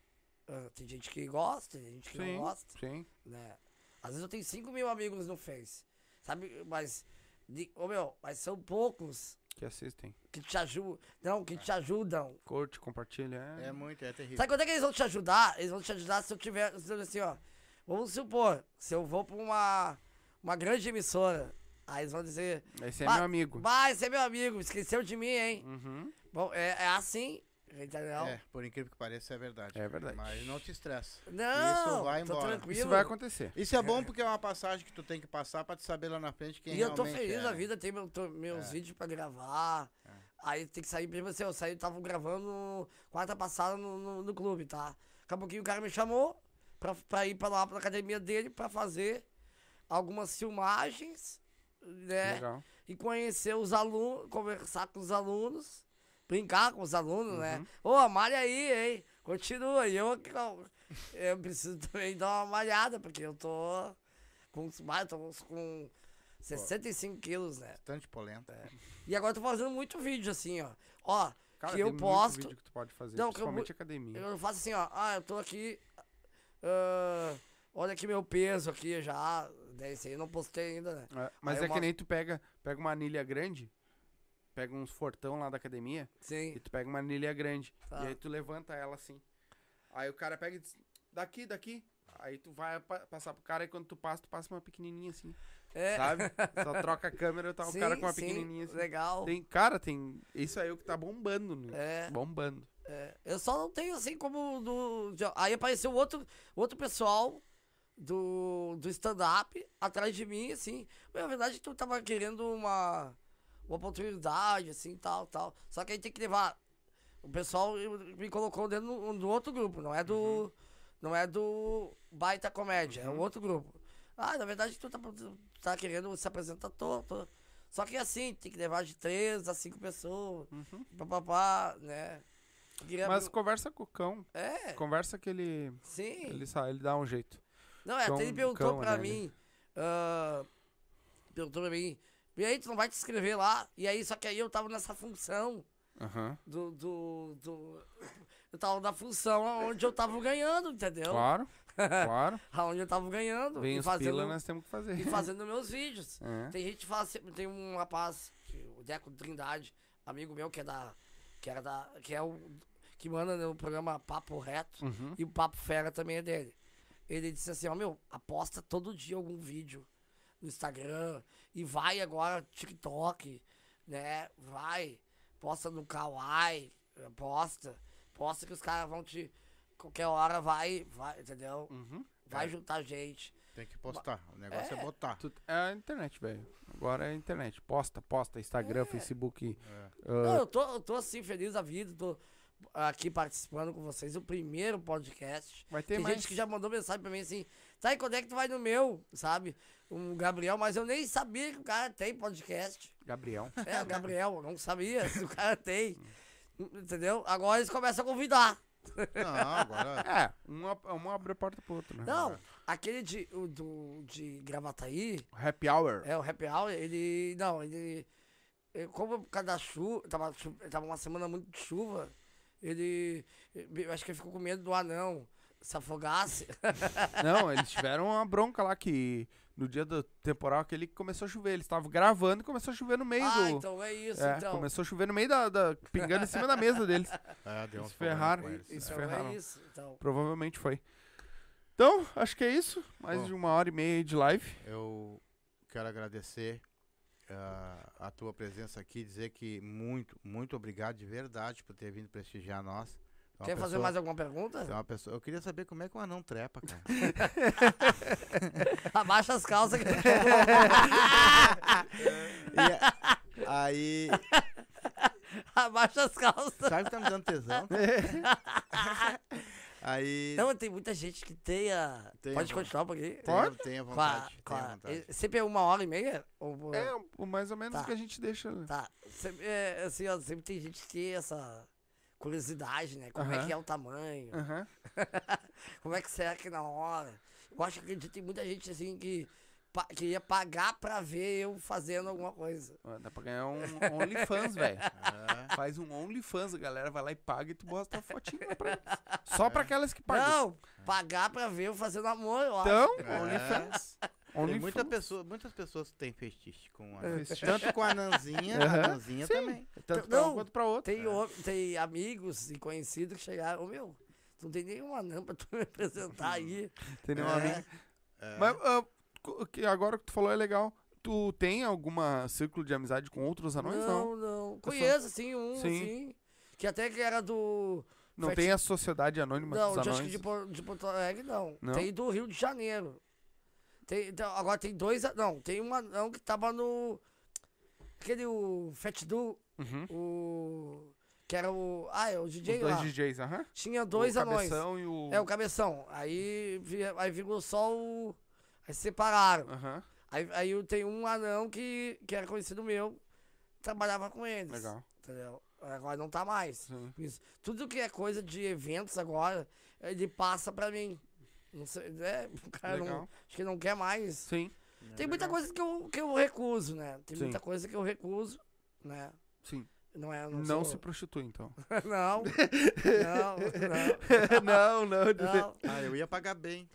ah, tem gente que gosta, tem gente que Sim. não gosta, Sim. né? Às vezes eu tenho 5 mil amigos no Face. Sabe? Mas. De, ô meu, mas são poucos Que assistem. que te ajudam. Não, que te ajudam. Curte, compartilha. É, É muito, é terrível. Sabe quando é que eles vão te ajudar? Eles vão te ajudar se eu tiver. se eu- Assim, ó. Vamos supor, se eu vou pra uma, uma grande emissora, aí eles vão dizer. Esse é "Bah, meu amigo. Bah, esse é meu amigo, esqueceu de mim, hein? Uhum. Bom, é, é assim, entendeu? É, por incrível que pareça, é verdade. É verdade. Mas não te estressa. Não, Isso vai tô embora. tranquilo. Isso vai acontecer. Isso é bom porque é uma passagem que tu tem que passar pra te saber lá na frente quem E eu realmente tô feliz é. da vida, tem meu- tô- meus vídeos pra gravar. Aí tem que sair pra você. Eu saí, tava gravando quarta passada no, no, no clube, tá? Daqui a pouquinho o cara me chamou pra, pra ir pra lá pra academia dele pra fazer algumas filmagens, né? Legal. E conhecer os alunos, conversar com os alunos, brincar com os alunos, né? Uhum. Ô, malha aí, hein? Continua. E eu, que não- eu preciso também dar uma malhada, porque eu tô com, os- eu tô com 65 quilos, né? Bastante polenta. E agora eu tô fazendo muito vídeo assim, ó. Ó, Cara, que tem eu muito posto. vídeo que tu pode fazer, Não, que eu principalmente vou- academia. Eu faço assim, ó. Ah, eu tô aqui. ah, olha aqui meu peso aqui já. Daí isso aí eu não postei ainda, né? É, mas é Aí eu que mostro- nem tu pega, pega uma anilha grande, pega uns fortão lá da academia, Sim. e tu pega uma anilha grande. Tá. E aí tu levanta ela assim. Aí o cara pega e diz, daqui, daqui. Aí tu vai pa- passar pro cara e quando tu passa, tu passa uma pequenininha assim, É. sabe? Só troca a câmera e tá o sim, cara com uma É, sim, pequenininha assim. Legal. Tem, cara, tem... Isso aí é o que tá bombando, né? É, Bombando. é. Eu só não tenho assim como. Do... de- Aí apareceu outro, outro pessoal do, do stand-up atrás de mim, assim. Mas, na verdade, tu tava querendo uma, uma oportunidade, assim, tal, tal. Só que aí tem que levar. O pessoal me colocou dentro do, do outro grupo, não é do. Não é do Baita Comédia, é um outro grupo. Ah, na verdade, tu tá, tu tá querendo se apresentar todo. Só que assim, tem que levar de três a cinco pessoas. Papapá, né? Eu queria Mas abrir- conversa com o cão. É, Conversa que ele... sim. Ele, sa- ele dá um jeito. Não, é, Cão- até ele perguntou cão, pra né, mim. ah, perguntou pra mim. E aí, tu não vai te inscrever lá? E aí, só que aí eu tava nessa função Aham. do. do, do- eu tava na função onde eu tava ganhando, entendeu? Claro, claro. Aonde eu tava ganhando. Vem e os pila, Então fazendo, um nós temos que fazer. e fazendo meus vídeos. É. Tem gente que fala sempre, tem um rapaz, que- o Deco Trindade, amigo meu, que é da. Que era da. Que é o. Que manda no programa Papo Reto. Uhum. E o Papo Fera também é dele. Ele disse assim, ó, meu, aposta todo dia algum vídeo no Instagram. E vai agora, TikTok, né? Vai. Posta no Kawaii, eh, posta. Posta que os caras vão te. Qualquer hora vai, vai, entendeu? Uhum. Vai juntar gente. Tem que postar. O negócio é, É. botar. Tu- é a internet, velho. Agora é a internet. Posta, posta, É. Instagram, Facebook. Não, ah, eu tô, eu tô assim, feliz da vida, tô aqui participando com vocês, o primeiro podcast. Vai ter Tem mais. gente que já mandou mensagem pra mim assim, tá, e quando é que tu vai no meu, sabe? O Gabriel, mas eu nem sabia que o cara tem podcast. Gabriel. É, o Gabriel, eu não sabia se o cara tem. Entendeu? Agora eles começam a convidar. Não, agora. É, um, ab- um abre a porta pro outro, né? Não, aquele de, o, do, de Gravataí, Happy Hour. É, o happy hour, ele. Não, ele. ele- Como por causa da chuva, tava, eh, chu- tava uma semana muito de chuva, ele. eu Acho que ele ficou com medo do anão. se afogasse. Não, eles tiveram uma bronca lá que no dia do temporal aquele que começou a chover. Eles estavam gravando e começou a chover no meio ah, do. então é isso, É, então. Começou a chover no meio da. da- pingando em cima da mesa deles. É, deu Eles uns problemas ferraram com e- eles. e se Então né? ferraram. é isso, então. Provavelmente foi. Então, acho que é isso. Mais Bom. de uma hora e meia de live. Eu quero agradecer ah, a tua presença aqui, dizer que muito, muito obrigado de verdade por ter vindo prestigiar nós. Tu é uma Quer fazer pessoa- mais um? alguma tu é pergunta? uma pessoa, eu queria saber como é que um anão trepa, cara. Abaixa as calças que E a- aí, Abaixa as calças. sabe que tá me dando tesão? É. aí, Não, tem muita gente que tem a. Tem Pode a- continuar um por aqui? tenha, tenha Com a- vontade, com tenha a- vontade. eh, Sempre é uma hora e meia? Ou... eh, É, o mais ou menos Tá. que a gente deixa. né? Tá. Sempre, é, assim, ó, sempre tem gente que tem essa curiosidade, né? Como é Aham. Ah. que é o tamanho? Aham. Como é que será que na hora? Eu acho que tem muita gente assim que pa- queria pagar pra ver eu fazendo alguma coisa. Ó, Dá pra ganhar um OnlyFans, velho. É. Faz um OnlyFans, a galera vai lá e paga e tu bota a fotinha lá pra eles. Só É. pra aquelas que pagam. Não, pagar pra ver eu fazendo amor, eu acho. Então, É. OnlyFans. Tem muita OnlyFans. pessoa, muitas pessoas que têm fetiche com a Fetiche. Tanto com a Nanzinha, Aham. a Nanzinha Sim. também. Tanto pra tá Não. um quanto pra outro. Tem, o- tem amigos e conhecidos que chegaram, "Ô, meu, tu não tem nenhuma anã pra tu me apresentar Uhum. aí. Entendeu? É. amigo? É. Mas ah, co- que agora que tu falou é legal. Tu tem alguma círculo de amizade com outros anões? Tá Não. não. Conheço, assim, um, Sim. assim. Que até que era do. Não Fat- tem a Sociedade Anônima Não, dos de, acho que Anões? de, Po- de Porto Alegre, não. Não? Tem do Rio de Janeiro. Tem, então, agora tem dois. a- Não, tem um anão que tava no. Aquele o Fat Du, Uhum. o. Que era o. Ah, é o Os DJ dois lá. DJs, aham. Tinha dois o anões. Cabeção e o... É, o cabeção. Aí, vi- aí virou só o. Aí separaram. Aham, Aí, aí eu tenho um anão que, que era conhecido meu, trabalhava com eles. legal. Entendeu? Agora não tá mais. Sim. Isso. Tudo que é coisa de eventos agora, ele passa pra mim. Não sei, né? O cara não- Legal. acho que não quer mais. Sim, Tem muita coisa que eu, que eu recuso, né? Tem Sim. muita coisa que eu recuso, né? sim. Não é. Não, sou- se prostitui, então. não. Não, não, não. não, não. Ah, eu ia pagar bem.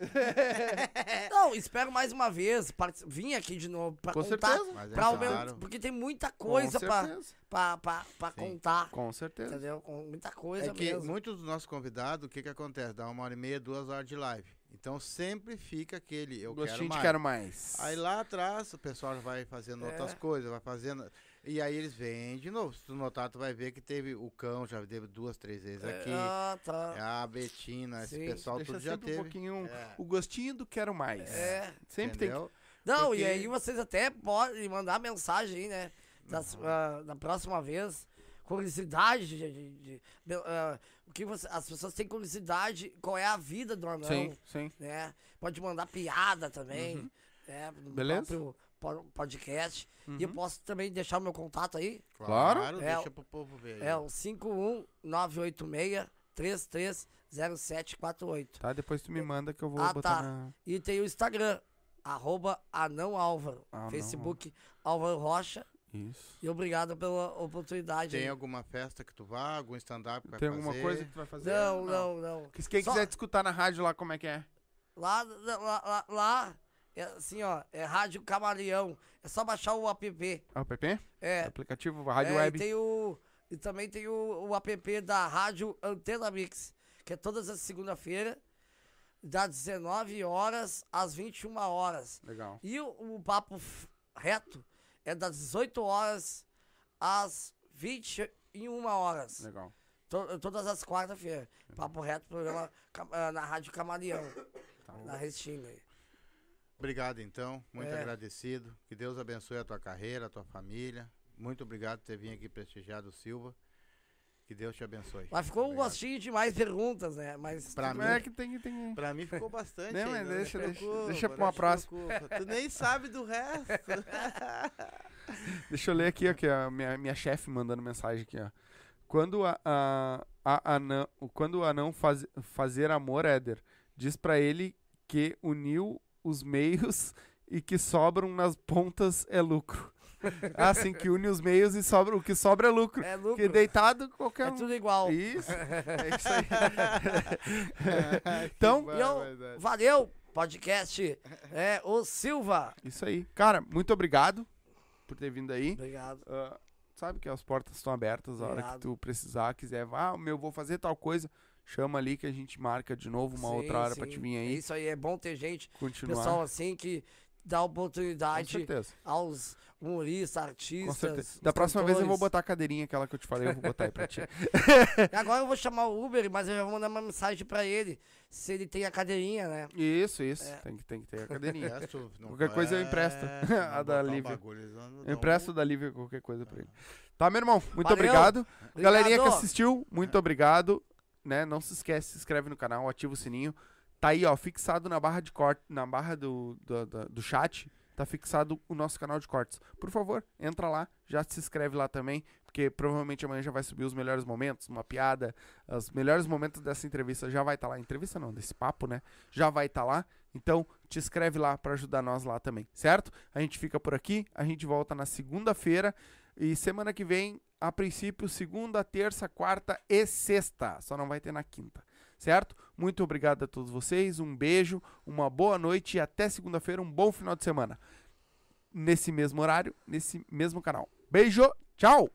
Não, espero mais uma vez partici- vim aqui de novo pra É. Com contar. certeza. Mas é Pra claro. aumentar, porque tem muita coisa Com pra, certeza. pra, pra, pra Sim. contar, Com certeza. entendeu? Com muita coisa É que mesmo. muitos dos nossos convidados, o que que acontece? Dá uma hora e meia, duas horas de live. Então sempre fica aquele, eu Gostinho quero de mais. quero mais. Aí lá atrás o pessoal vai fazendo outras É. coisas, vai fazendo... E aí eles vêm de novo. Se tu notar, tu vai ver que teve o cão, já teve duas, três vezes aqui. Ah, tá. A Betina, esse Sim. pessoal Deixa tudo sempre já um teve. pouquinho... É. O gostinho do quero mais. É. Sempre tem entendeu? Não, Porque- e aí vocês até podem mandar mensagem aí, né? Das, Uhum. ah, da próxima vez. Curiosidade de. de- de- de- ah, o que você, as pessoas têm curiosidade, qual é a vida do que... anão, Sim, sim. né? Pode mandar piada também, né? No Beleza. próprio po- podcast. E eu Uhum. posso também deixar o meu contato aí. Claro. É, deixa pro povo ver. É o 51986-330748. Tá, depois tu me manda que eu vou Ah, botar tá. na... E tem o Instagram, arroba Anão Álvaro. Anão Facebook Álvaro Rocha. Isso. E obrigado pela oportunidade. Tem aí. alguma festa que tu vá, algum stand-up que vai Tem fazer? alguma coisa que tu vai fazer? Não, não, não. Que se Quem Só- quiser te escutar na rádio lá, como é que é? Lá, lá, lá, lá, é assim, ó, é Rádio Camaleão. É só baixar o app. É o PP? É, Aplicativo, rádio é, web. E, tem o, e também tem o, o app da Rádio Antena Mix, que é todas as segunda-feira, das 19 horas às 21 horas. Legal. E o, o papo f- reto é das 18 horas às 21 horas. Legal. To- todas as quartas-feiras. Papo reto, programa Cam- ah, na Rádio Camaleão, Tá na Restinga. Obrigado, então. Muito É. agradecido. Que Deus abençoe a tua carreira, a tua família. Muito obrigado por ter vindo aqui prestigiar do Silva. Que Deus te abençoe. Mas ficou um Obrigado. gostinho de mais perguntas, né? Mas Pra tudo mim, bem. É que tem, tem... Pra mim ficou bastante. Não, mas ainda, deixa, né? deixa- Preocupa, deixa pra não uma te próxima. preocupa. Tu nem sabe do resto. Deixa eu ler aqui, ó, que a minha, minha chefe mandando mensagem aqui, ó. Quando a, a, a anã, o- quando o anão faz, fazer amor, Éder, diz pra ele que uniu os meios e que sobram nas pontas é lucro. Assim, que une os meios e sobra, o que sobra é lucro. É lucro. Que deitado, qualquer É um. tudo igual. Isso, é isso aí. então, E eu- valeu, podcast. É, o Silva. isso aí. Cara, muito obrigado por ter vindo aí. Obrigado. Ah, sabe que as portas estão abertas a hora que Irado. tu precisar, quiser, ah, meu, vou fazer tal coisa, chama ali que a gente marca de novo uma Sim, outra hora pra sim. te vir aí, Isso aí é bom ter gente, continuar. pessoal assim, que dá Com oportunidade certeza. aos humoristas, Com artistas. certeza. Da os próxima vez eu vou cantores. botar a cadeirinha aquela que eu te falei, eu vou botar aí pra ti. E Agora eu vou chamar o Uber, mas eu já vou mandar uma mensagem pra ele, se ele tem a cadeirinha, né? Isso, isso. É. Tem, que, tem que ter a cadeirinha. Qualquer Qualquer coisa é eu empresto. A da um Lívia. Eu empresto da Lívia qualquer coisa pra ele. Tá, meu irmão, muito Valeu. obrigado. Galerinha que Obrigado. assistiu, muito obrigado. Né? Não se esquece, se inscreve no canal, ativa o sininho. Tá aí, ó, fixado na barra de corte, na barra do, do, da- do chat, tá fixado o nosso canal de cortes. Por favor, entra lá, já se inscreve lá também, porque provavelmente amanhã já vai subir os melhores momentos, uma piada, os melhores momentos dessa entrevista já vai estar lá. Entrevista não, desse papo, né? Já vai estar lá. Então, te inscreve lá pra ajudar nós lá também, certo? A gente fica por aqui, a gente volta na segunda-feira e semana que vem, a princípio, segunda, terça, quarta e sexta. Só não vai ter na quinta, certo? Muito obrigado a todos vocês, um beijo, uma boa noite e até segunda-feira, um bom final de semana. Nesse mesmo horário, nesse mesmo canal. Beijo, tchau!